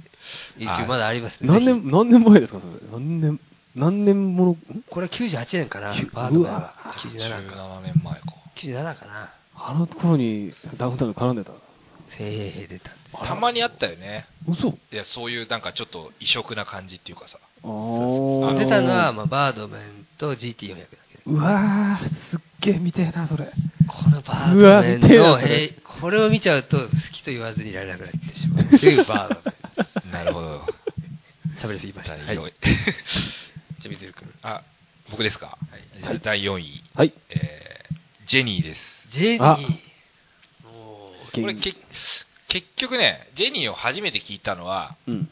[SPEAKER 3] YouTube まだありますね
[SPEAKER 1] 何年、何年前ですか、それ。何年、何年もの、ん
[SPEAKER 3] これは98年かな
[SPEAKER 1] きゅ
[SPEAKER 3] バードメン
[SPEAKER 1] う
[SPEAKER 3] は
[SPEAKER 1] わ
[SPEAKER 3] 97か
[SPEAKER 2] 17年前か。
[SPEAKER 3] 97かな
[SPEAKER 1] あの頃にダウンタウン絡んでた。
[SPEAKER 3] 「へいへいへい」出たんです
[SPEAKER 2] たまにあったよね。
[SPEAKER 1] 嘘
[SPEAKER 2] いや、そういうなんかちょっと異色な感じっていうかさ。
[SPEAKER 1] あー
[SPEAKER 3] 出たのは、まあ、バードメンと GT400 だけ
[SPEAKER 1] うわー、すっげえ見てえな、それ。
[SPEAKER 3] このバードメン
[SPEAKER 1] う
[SPEAKER 3] の
[SPEAKER 1] わ見て
[SPEAKER 3] へいこれを見ちゃうと好きと言わずにいられなくなってしまうっていうバードメ
[SPEAKER 2] なるほど。
[SPEAKER 3] ン喋りすぎました
[SPEAKER 2] 第
[SPEAKER 3] はい
[SPEAKER 2] 4位。
[SPEAKER 3] じゃあ水く君
[SPEAKER 2] あ、僕ですか。じゃあ第4位。
[SPEAKER 1] はい。
[SPEAKER 2] えージェニーです。
[SPEAKER 3] ジェニ
[SPEAKER 1] あ
[SPEAKER 3] ーもう
[SPEAKER 2] これけ結局ね、ジェニーを初めて聞いたのは、
[SPEAKER 1] うん。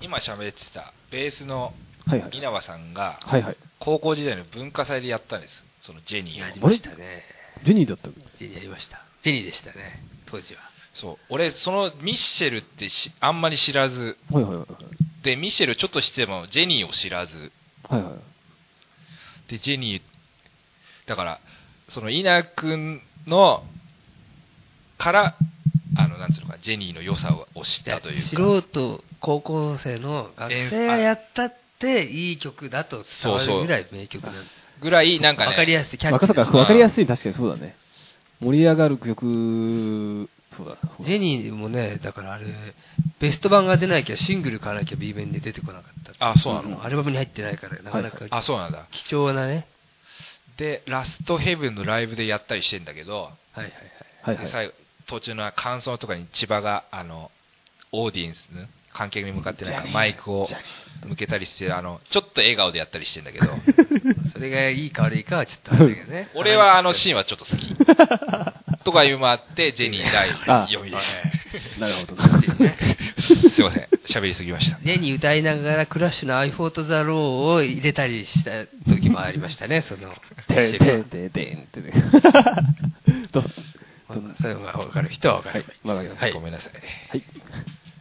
[SPEAKER 2] 今喋ってたベースの
[SPEAKER 1] はいはい。
[SPEAKER 2] 稲葉さんが、
[SPEAKER 1] はいはい。
[SPEAKER 2] 高校時代の文化祭でやったんです、そのジェニ
[SPEAKER 3] やり
[SPEAKER 2] ーを。
[SPEAKER 3] ましたね
[SPEAKER 1] ジェニーだったの
[SPEAKER 3] ジェニーやりましたジェニーでしたね当時は
[SPEAKER 2] そう俺、そのミッシェルってしあんまり知らず、
[SPEAKER 1] はいはいはい。
[SPEAKER 2] でミッシェルちょっとしてもジェニーを知らず、
[SPEAKER 1] はいはい。
[SPEAKER 2] でジェニー、だから、その稲葉君のから、あのなんつうのか、ジェニーの良さを知ったというか。
[SPEAKER 3] 素人高校生の学生がやったっていい曲だと伝わるぐらい名曲なんだ
[SPEAKER 2] ぐらい、なんかね、
[SPEAKER 3] わかりやすいキャッ
[SPEAKER 1] まあ
[SPEAKER 3] チ
[SPEAKER 1] そ
[SPEAKER 3] ー
[SPEAKER 1] っか、
[SPEAKER 3] な
[SPEAKER 2] う
[SPEAKER 1] わかりやすい、確かにそうだね。盛り上がる曲、そうだ。そうだ
[SPEAKER 3] ジェニーもねだからあれベスト版が出なきゃシングル買わなきゃ B 面で出てこなかったって
[SPEAKER 2] あ、そうなの、
[SPEAKER 3] アルバムに入ってないからなか
[SPEAKER 1] は
[SPEAKER 3] なか
[SPEAKER 2] あ、そうなんだ。
[SPEAKER 3] 貴重なね
[SPEAKER 2] で、ラストヘブンのライブでやったりしてんだけど、
[SPEAKER 3] はいはい
[SPEAKER 1] はいは
[SPEAKER 2] で
[SPEAKER 1] い。
[SPEAKER 2] 最後途中の感想とかに千葉があのオーディエンス、ね、観客に向かってなんかマイクを向けたりしてあのちょっと笑顔でやったりしてんだけ ど
[SPEAKER 3] はいそれがいいか悪いかはちょっとあれだけど ね
[SPEAKER 2] 俺はあのシーンはちょっと好きとかいうのもあってジェニー第4位です
[SPEAKER 1] なるほど な。
[SPEAKER 2] すいません。喋りすぎました。
[SPEAKER 3] 家に歌いながらクラッシュの I fought the law を入れたりした時もありましたね、その。
[SPEAKER 1] てんてんてんてんってね。 どう
[SPEAKER 3] それは分かる人は分かる。
[SPEAKER 1] わかりました
[SPEAKER 3] はい
[SPEAKER 2] ごめんなさい。
[SPEAKER 1] はい。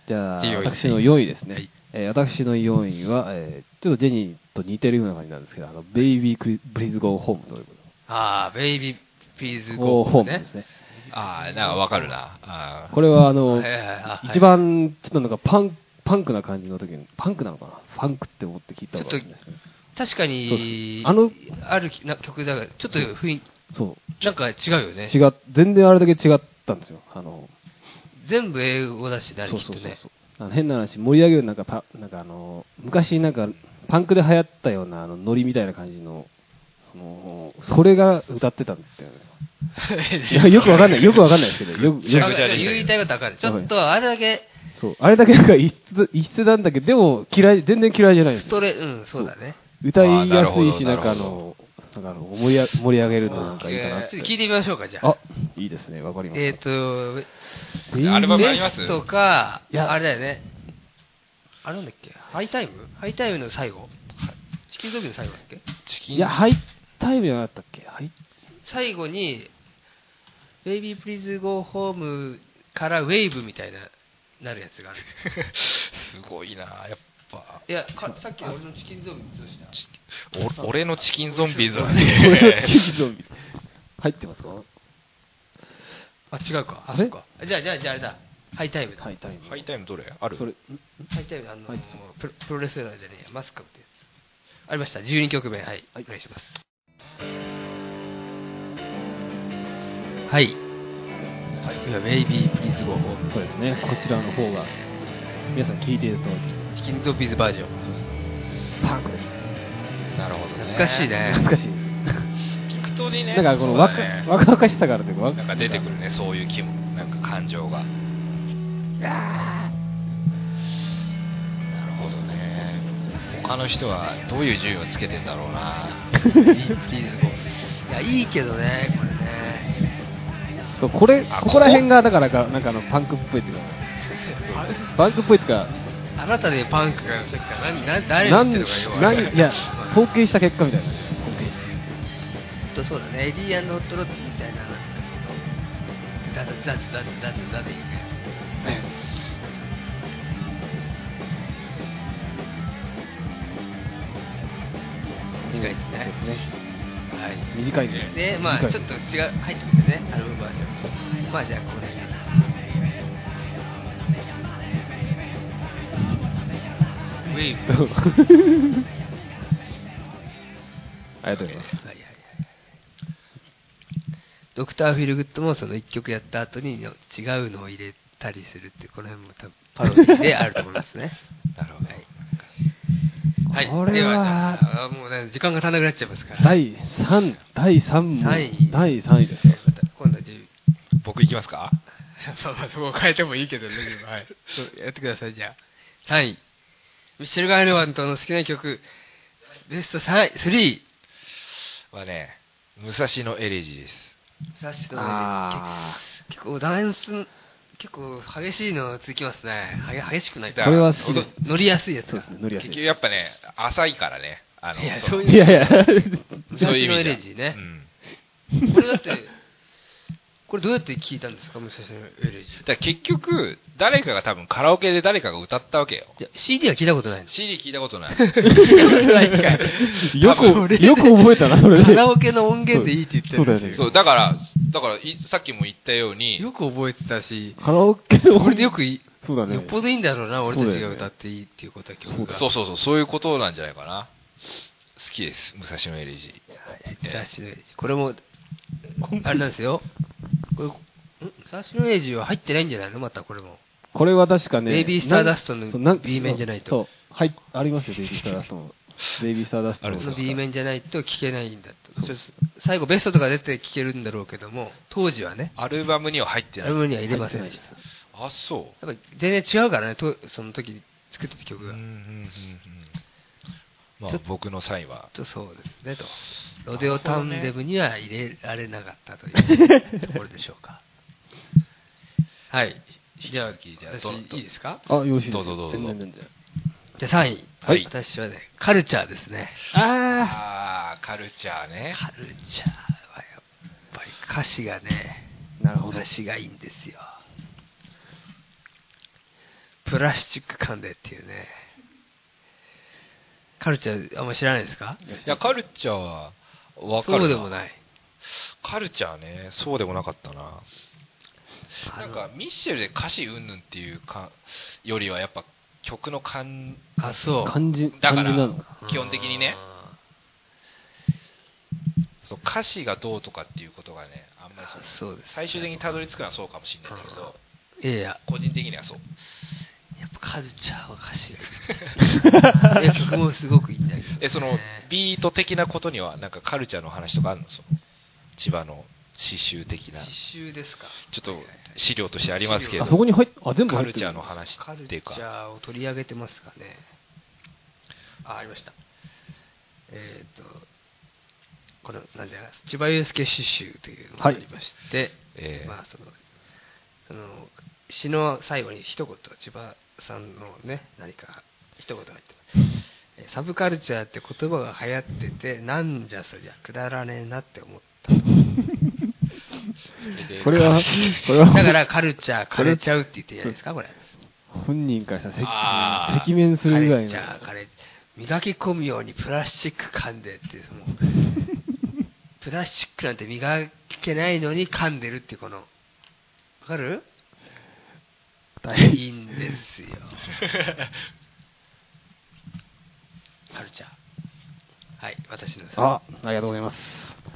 [SPEAKER 1] じゃあ、
[SPEAKER 2] 強い
[SPEAKER 1] 私の4位ですね。
[SPEAKER 2] はい
[SPEAKER 1] えー私の4位は、えーちょっとジェニーと似てるような感じなんですけど、あの、ベイビークリブリーズゴーホームというこ
[SPEAKER 3] ああ、ベイビーピー
[SPEAKER 1] と。
[SPEAKER 3] ズ
[SPEAKER 1] ゴ
[SPEAKER 3] ゴ
[SPEAKER 1] ーホ
[SPEAKER 3] ー
[SPEAKER 1] ー
[SPEAKER 3] ホ
[SPEAKER 1] ム
[SPEAKER 3] ーム
[SPEAKER 1] で
[SPEAKER 3] ね
[SPEAKER 1] す。ね。
[SPEAKER 2] ああ、なんかわかるな。あー
[SPEAKER 1] これは、あの、
[SPEAKER 3] はいはいはい
[SPEAKER 1] 一番、ちょっとなんかパン、パンクな感じの時に、パンクなのかなファンクって思って聞いたことあるんですけど。
[SPEAKER 3] 確かに、
[SPEAKER 1] そうです
[SPEAKER 3] あるな曲だから、ちょっと雰囲
[SPEAKER 1] そう。
[SPEAKER 3] 気、なんか違うよね。
[SPEAKER 1] 違っ、全然あれだけ違ったんですよ。あの、
[SPEAKER 3] 全部英語だし、なる
[SPEAKER 1] そう
[SPEAKER 3] きっ
[SPEAKER 1] そう
[SPEAKER 3] と
[SPEAKER 1] そう
[SPEAKER 3] ね
[SPEAKER 1] そ。うあの変な話、盛り上げるなんかパ、なんかあの、昔なんか、パンクで流行ったような、あの、ノリみたいな感じの、その、それが歌ってたんですよね。いや、よくわかんない、よくわかんないですけど、 よく、
[SPEAKER 2] ち
[SPEAKER 1] よ
[SPEAKER 2] なみ
[SPEAKER 1] く
[SPEAKER 2] に
[SPEAKER 3] あ言いたいこと分かる。ちょっと、あれだけ、
[SPEAKER 1] そう、あれだけなんか一室、一室なんだけど、でも嫌い、全然嫌いじゃないで
[SPEAKER 3] ス
[SPEAKER 1] す
[SPEAKER 3] ト。レ、うん、そうだね。
[SPEAKER 1] 歌いやすいし、
[SPEAKER 2] あーな
[SPEAKER 1] なん
[SPEAKER 2] る
[SPEAKER 1] かあ
[SPEAKER 2] ほど
[SPEAKER 1] の、なんかあの、盛り上盛り上げるのなんかいいかなっ
[SPEAKER 3] ち
[SPEAKER 1] て
[SPEAKER 3] ょっと。聞いてみましょうか、じゃ
[SPEAKER 1] あ
[SPEAKER 3] あ。、
[SPEAKER 1] いいですね、わかりました。
[SPEAKER 3] えっと、
[SPEAKER 1] ベイビー
[SPEAKER 2] アルバムあ
[SPEAKER 3] ベ
[SPEAKER 2] ります
[SPEAKER 3] ストか、
[SPEAKER 1] いや
[SPEAKER 3] あれだよね。あれなんだっけハイタイムハイタイムの最後チキンゾビの最後だっけ
[SPEAKER 2] チキン
[SPEAKER 1] いや、ハイタイムじゃなかったっけ ハイ
[SPEAKER 3] 最後に、ベイビープリーズゴーホームからウェーブみたいな、なるやつがある。
[SPEAKER 2] すごいな。やっぱ。
[SPEAKER 3] いや、かさっきの俺のチキンゾビどうした
[SPEAKER 2] お俺のチキンゾンビーズは
[SPEAKER 1] 俺の
[SPEAKER 2] ね。
[SPEAKER 1] チキンゾンビ入ってますか
[SPEAKER 3] あ、違うか。
[SPEAKER 1] あ
[SPEAKER 3] あ、
[SPEAKER 1] れ
[SPEAKER 3] そうか。じゃあ、じゃあ、じゃああれだ。ハイタイムだ。
[SPEAKER 1] ハイタイム。
[SPEAKER 2] ハイタイムどれある
[SPEAKER 1] それ、ん
[SPEAKER 3] ハイタイム、あの、
[SPEAKER 1] はい
[SPEAKER 3] プロプロレスラーじゃねえや、マスカムってやつ。ありました。12曲目、はい。
[SPEAKER 1] はい
[SPEAKER 3] お願いします。はい。はい、今、ベイビープリーズゴーホーム。
[SPEAKER 1] そうですね、こちらの方が、皆さん聞いている通り、
[SPEAKER 3] チキンゾビーズバージョン。
[SPEAKER 1] パンクですね。
[SPEAKER 2] なるほどね。
[SPEAKER 3] 懐かしい。ね。
[SPEAKER 1] 懐かしい。
[SPEAKER 2] 聞くとにね。
[SPEAKER 1] なんかこの
[SPEAKER 2] そう
[SPEAKER 1] 若
[SPEAKER 2] だね
[SPEAKER 1] 若々しさがあるというか、
[SPEAKER 2] なんか出てくるね、そういう気分、なんか感情が。なるほどね。他の人はどういう順位をつけてんだろうな。
[SPEAKER 3] いや、いいけどね、これね。
[SPEAKER 1] そうこれ
[SPEAKER 2] あ
[SPEAKER 1] ここら辺がだからかなんかあのパンクっぽいっていうかパンクっぽいっていうか
[SPEAKER 3] あなたでパンクがさっきから何何誰
[SPEAKER 1] な
[SPEAKER 3] が言
[SPEAKER 1] ん
[SPEAKER 3] ってるのかよくわかんな
[SPEAKER 1] なんいや統計した結果みたいな
[SPEAKER 3] ちょっとそうだね、エディーホットロットみたいな。ダダダダダダダダダいいね。
[SPEAKER 1] ですね
[SPEAKER 3] 短いですねはい。
[SPEAKER 1] 短いね
[SPEAKER 3] で、まあ、ちょっ
[SPEAKER 1] 短い
[SPEAKER 3] と違う、入ってくるね、アルバムバージョン。まあ、じゃあ、これ。ウェーブ。
[SPEAKER 1] ありがとうございます
[SPEAKER 3] はいはいはいドクター・フィルグッドもその1曲やった後に違うのを入れたりするってこの辺も多分パロディであると思い ますね
[SPEAKER 2] なるほど。
[SPEAKER 3] はい
[SPEAKER 1] これは
[SPEAKER 3] ではあもうね時間が足んなくなっちゃいますから
[SPEAKER 1] 第三第三問
[SPEAKER 3] 三位
[SPEAKER 1] 第三位ですよ
[SPEAKER 3] また今度は10
[SPEAKER 2] 僕行きます か
[SPEAKER 3] まあまあそこ変えてもいいけどね自分はいそうやってくださいじゃあ3位ミッシェル・ガイルワンとの好きな曲ベスト3位
[SPEAKER 2] はね、武蔵野エレジーです。
[SPEAKER 3] サッシとの
[SPEAKER 1] あ
[SPEAKER 3] 結構ダンス結構激しいの続きますねはげ激しくない
[SPEAKER 2] これ
[SPEAKER 1] は好きです
[SPEAKER 3] 乗りやすいやつ
[SPEAKER 1] ーそうですね乗りやす
[SPEAKER 2] 結局
[SPEAKER 1] い
[SPEAKER 2] やっぱね、浅いからね。あの
[SPEAKER 3] いや
[SPEAKER 2] そ
[SPEAKER 3] そうう
[SPEAKER 1] いやいや
[SPEAKER 2] そういう意味じゃ
[SPEAKER 3] 武蔵野エレジーね
[SPEAKER 2] うん
[SPEAKER 3] これだってこれどうやって聞いたんですか武蔵野エレジ
[SPEAKER 2] だから結局、誰かが多分カラオケで誰かが歌ったわけよ。
[SPEAKER 3] じゃ CD は聞いたことないん
[SPEAKER 2] CD 聞いたことない。
[SPEAKER 1] よ
[SPEAKER 2] 多分
[SPEAKER 1] くよく覚えたなそれ
[SPEAKER 3] カ
[SPEAKER 1] で
[SPEAKER 3] ラオケの音源でいいって言ってる
[SPEAKER 1] そうだよね
[SPEAKER 2] そう、だから、だからい、さっきも言ったように、
[SPEAKER 3] よく覚えてたし
[SPEAKER 1] カラオケの
[SPEAKER 3] これでよくい
[SPEAKER 1] そうだね
[SPEAKER 3] よっぽどいいんだろうな俺た
[SPEAKER 1] そ
[SPEAKER 3] ち
[SPEAKER 1] うだよね
[SPEAKER 3] が歌っていいっていうことは曲が
[SPEAKER 2] そうそうそう、そういうことなんじゃないかな。好きです、武蔵野エレジ
[SPEAKER 3] はい武蔵野エレジこれもあれなんですよこれん武蔵野エレジは入ってないんじゃないのまたこれも
[SPEAKER 1] これは確かね。
[SPEAKER 3] ベイビースターダストの
[SPEAKER 1] なんそうなん
[SPEAKER 3] B 面じゃないと
[SPEAKER 1] そう。そうはい、ありますよ、ベイビースターダストも。ベイビースターダスト
[SPEAKER 2] あるんです
[SPEAKER 3] の
[SPEAKER 2] か
[SPEAKER 3] B 面じゃないと聞けないんだとちょ最後ベストとか出て聞けるんだろうけども当時はね
[SPEAKER 2] ー。アルバムには入って
[SPEAKER 3] ア
[SPEAKER 2] ない
[SPEAKER 3] ル。バムには入れませんでし
[SPEAKER 2] あ、そ
[SPEAKER 3] たやっぱり全然違うからねとその時作ってた曲
[SPEAKER 2] う。うん
[SPEAKER 3] が、
[SPEAKER 2] うんうんうん。ま
[SPEAKER 3] ちょ
[SPEAKER 2] あ
[SPEAKER 3] っ、
[SPEAKER 2] 僕のサインは、
[SPEAKER 3] とそうですねとロデオタンデムには入れられなかったというところでしょうかはい
[SPEAKER 2] じゃあ次、じゃあ、
[SPEAKER 3] 私
[SPEAKER 2] ど
[SPEAKER 3] いいですか
[SPEAKER 1] あ、よろしいです
[SPEAKER 2] どうぞどうぞ
[SPEAKER 1] 全然全然。
[SPEAKER 3] じゃあ3位。
[SPEAKER 2] はい
[SPEAKER 3] 私はね、カルチャーですね。
[SPEAKER 1] あ
[SPEAKER 2] あー、カルチャーね。
[SPEAKER 3] カルチャーはやっぱり歌詞がね、
[SPEAKER 1] あ、なるほど
[SPEAKER 3] 歌。詞がいいんですよ。プラスチック感でっていうね。カルチャーあんま知らないですか
[SPEAKER 2] いや、カルチャーは、わか
[SPEAKER 3] そ
[SPEAKER 2] るな
[SPEAKER 3] うでもない。
[SPEAKER 2] カルチャーね、そうでもなかったな。
[SPEAKER 3] あ
[SPEAKER 2] な
[SPEAKER 3] の
[SPEAKER 2] んか、ミッシェルで歌詞うんぬんっていうか、よりはやっぱ曲の感、
[SPEAKER 3] あ、そう。
[SPEAKER 1] 漢字、
[SPEAKER 2] だ
[SPEAKER 1] 漢
[SPEAKER 2] か
[SPEAKER 1] 字
[SPEAKER 2] ら
[SPEAKER 1] なの。
[SPEAKER 2] 基本的にね
[SPEAKER 3] うん。
[SPEAKER 2] そう歌詞がどうとかっていうことがね、あんまりその
[SPEAKER 3] あそうですね
[SPEAKER 2] 最終的にたどり着くのはそうかもしれないんだけど、
[SPEAKER 3] いやいや、
[SPEAKER 2] 個人的にはそう。
[SPEAKER 3] やっぱカルチャーは歌詞が いい。いや、曲もすごくいいんだけど、ね。
[SPEAKER 2] え、その、ビート的なことには、なんかカルチャーの話とかあるのその千葉の刺繍的な。
[SPEAKER 3] 刺繍ですか
[SPEAKER 2] ちょっと資料としてありますけど
[SPEAKER 1] あ、そ、こに入っ、あ、全部
[SPEAKER 2] カ
[SPEAKER 1] 入っ
[SPEAKER 2] ル
[SPEAKER 1] て
[SPEAKER 2] チャー
[SPEAKER 1] る
[SPEAKER 2] の。話
[SPEAKER 3] カル
[SPEAKER 2] っ
[SPEAKER 3] チ
[SPEAKER 2] てい
[SPEAKER 3] ャ
[SPEAKER 2] うか、
[SPEAKER 3] ーを取り上げてますかね。あ、ありました。えっ、と、これ、なんで、千葉祐介詩集というのがありまして、
[SPEAKER 2] えー
[SPEAKER 3] まあ、その、その、詩の最後に一言、千葉さんのね、何か一言入ってます。えーサブカルチャーって言葉が流行ってて、なんじゃそりゃくだらねえなって思った。
[SPEAKER 1] これは、 これは、
[SPEAKER 3] だからカルチャー、枯れちゃうって言ってるじゃないですか、これ。
[SPEAKER 1] 本人からしたら
[SPEAKER 2] あー
[SPEAKER 1] 赤赤面するぐらい
[SPEAKER 3] じ
[SPEAKER 1] の。
[SPEAKER 3] ゃあ、彼、磨き込むようにプラスチック噛んでって、その、プラスチックなんて磨けないのに噛んでるって、この、わかる
[SPEAKER 1] 大変
[SPEAKER 3] いいんですよ。カルチャー。はい、私の。
[SPEAKER 1] あ、ありがとうございます。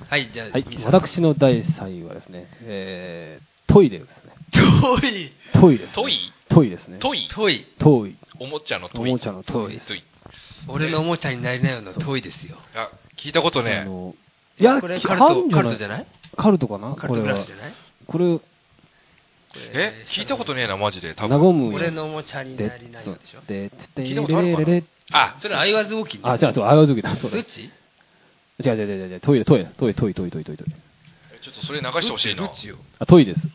[SPEAKER 3] はい、じゃあ、
[SPEAKER 1] はい
[SPEAKER 3] ミ、サさん。
[SPEAKER 1] 私の第3位はですね、えー、トイレですね。
[SPEAKER 3] 遠い
[SPEAKER 1] トイレです、ね。
[SPEAKER 2] トイ
[SPEAKER 1] トイですね。
[SPEAKER 2] トイ
[SPEAKER 3] 遠い
[SPEAKER 1] トイ。
[SPEAKER 2] おもちゃのト
[SPEAKER 1] お
[SPEAKER 2] イ
[SPEAKER 1] もちゃのトイです。
[SPEAKER 2] トイ
[SPEAKER 3] 俺のおもちゃになりなよの遠いですよ。
[SPEAKER 2] あ聞いたこと
[SPEAKER 1] あ
[SPEAKER 2] ね
[SPEAKER 1] のいや、
[SPEAKER 3] これカルト、カルトじゃ
[SPEAKER 1] ない
[SPEAKER 3] ない
[SPEAKER 1] カルトかな
[SPEAKER 3] カ
[SPEAKER 1] これ
[SPEAKER 3] ルトグラ
[SPEAKER 1] は
[SPEAKER 3] スじゃ。ない
[SPEAKER 1] これ、
[SPEAKER 3] これ
[SPEAKER 2] え聞いたことねえなマジで多
[SPEAKER 1] 和
[SPEAKER 2] 分
[SPEAKER 1] む
[SPEAKER 3] 俺
[SPEAKER 1] よ。
[SPEAKER 3] のおもちゃになりなよでしょ
[SPEAKER 1] で、つって、
[SPEAKER 2] 聞いたことあるかなあ
[SPEAKER 3] それ、アイワズウォーキング。
[SPEAKER 1] あ、じゃあ、そう、あう時だ。そ
[SPEAKER 3] ど
[SPEAKER 1] れ
[SPEAKER 3] っ。ち
[SPEAKER 1] 違う違う違う違う、トイレ、トイレ、トイレ、トイレ、トイレ、トイレ、トイレ。
[SPEAKER 2] えちょっとそれ流してほしいな
[SPEAKER 3] どっちよ。
[SPEAKER 1] あ、トイレです。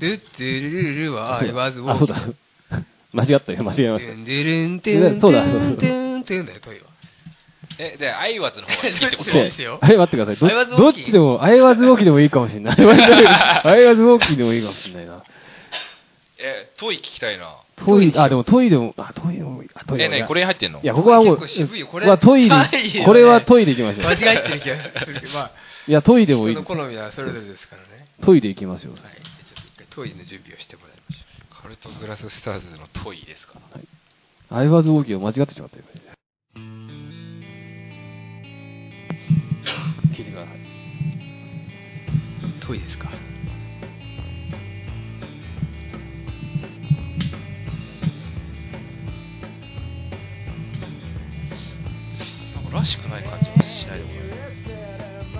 [SPEAKER 3] ドゥッドゥルルルは、
[SPEAKER 1] そう
[SPEAKER 3] I
[SPEAKER 1] だ
[SPEAKER 3] was walking.
[SPEAKER 1] あ、そうだ。 間違ったよ、間違え
[SPEAKER 3] ド
[SPEAKER 1] まし
[SPEAKER 3] ゥンドゥルンテン
[SPEAKER 1] そうだそうだ
[SPEAKER 3] テンテンテンだよ、トイは。
[SPEAKER 2] えでアイワズ の方が好きってこ
[SPEAKER 1] た。
[SPEAKER 2] と
[SPEAKER 3] そうです
[SPEAKER 1] で
[SPEAKER 3] よ
[SPEAKER 1] あれ、待ってくださ
[SPEAKER 3] アイワ
[SPEAKER 1] い。
[SPEAKER 3] ズ
[SPEAKER 1] ど
[SPEAKER 3] ウォ
[SPEAKER 1] どっ
[SPEAKER 3] ーキン
[SPEAKER 1] ちでも、あいわずウォーキーでもいいかもしれ ない。あいわずウォーキーでもいいかもしれないな。
[SPEAKER 2] えトイ聞きたいな
[SPEAKER 1] トイレ、あ、でもトイレも、あ、トイレもいい。あ、トイ
[SPEAKER 2] え
[SPEAKER 1] レもいい
[SPEAKER 2] ねこれに入ってんの
[SPEAKER 1] いや、ここはもう、
[SPEAKER 3] 結構渋いよこれ
[SPEAKER 1] はトイ
[SPEAKER 3] トイレ
[SPEAKER 1] レ、これはトイレ行きましょう。
[SPEAKER 3] 間違えてる気がするけど、まあ、
[SPEAKER 1] いや、トイレ
[SPEAKER 3] 人
[SPEAKER 1] もいい
[SPEAKER 3] の。好みはそれぞれですからね。
[SPEAKER 1] トイレ行きますよ。
[SPEAKER 3] はい。ちょっと一回トイレの準備をしてもらいましょ
[SPEAKER 2] カルトグラススターズのトイですか
[SPEAKER 1] アイバーズウォーキーを間違ってしまったよ。聞いてください。
[SPEAKER 3] う。トイですか。
[SPEAKER 2] なんからしくない感じもしないでもない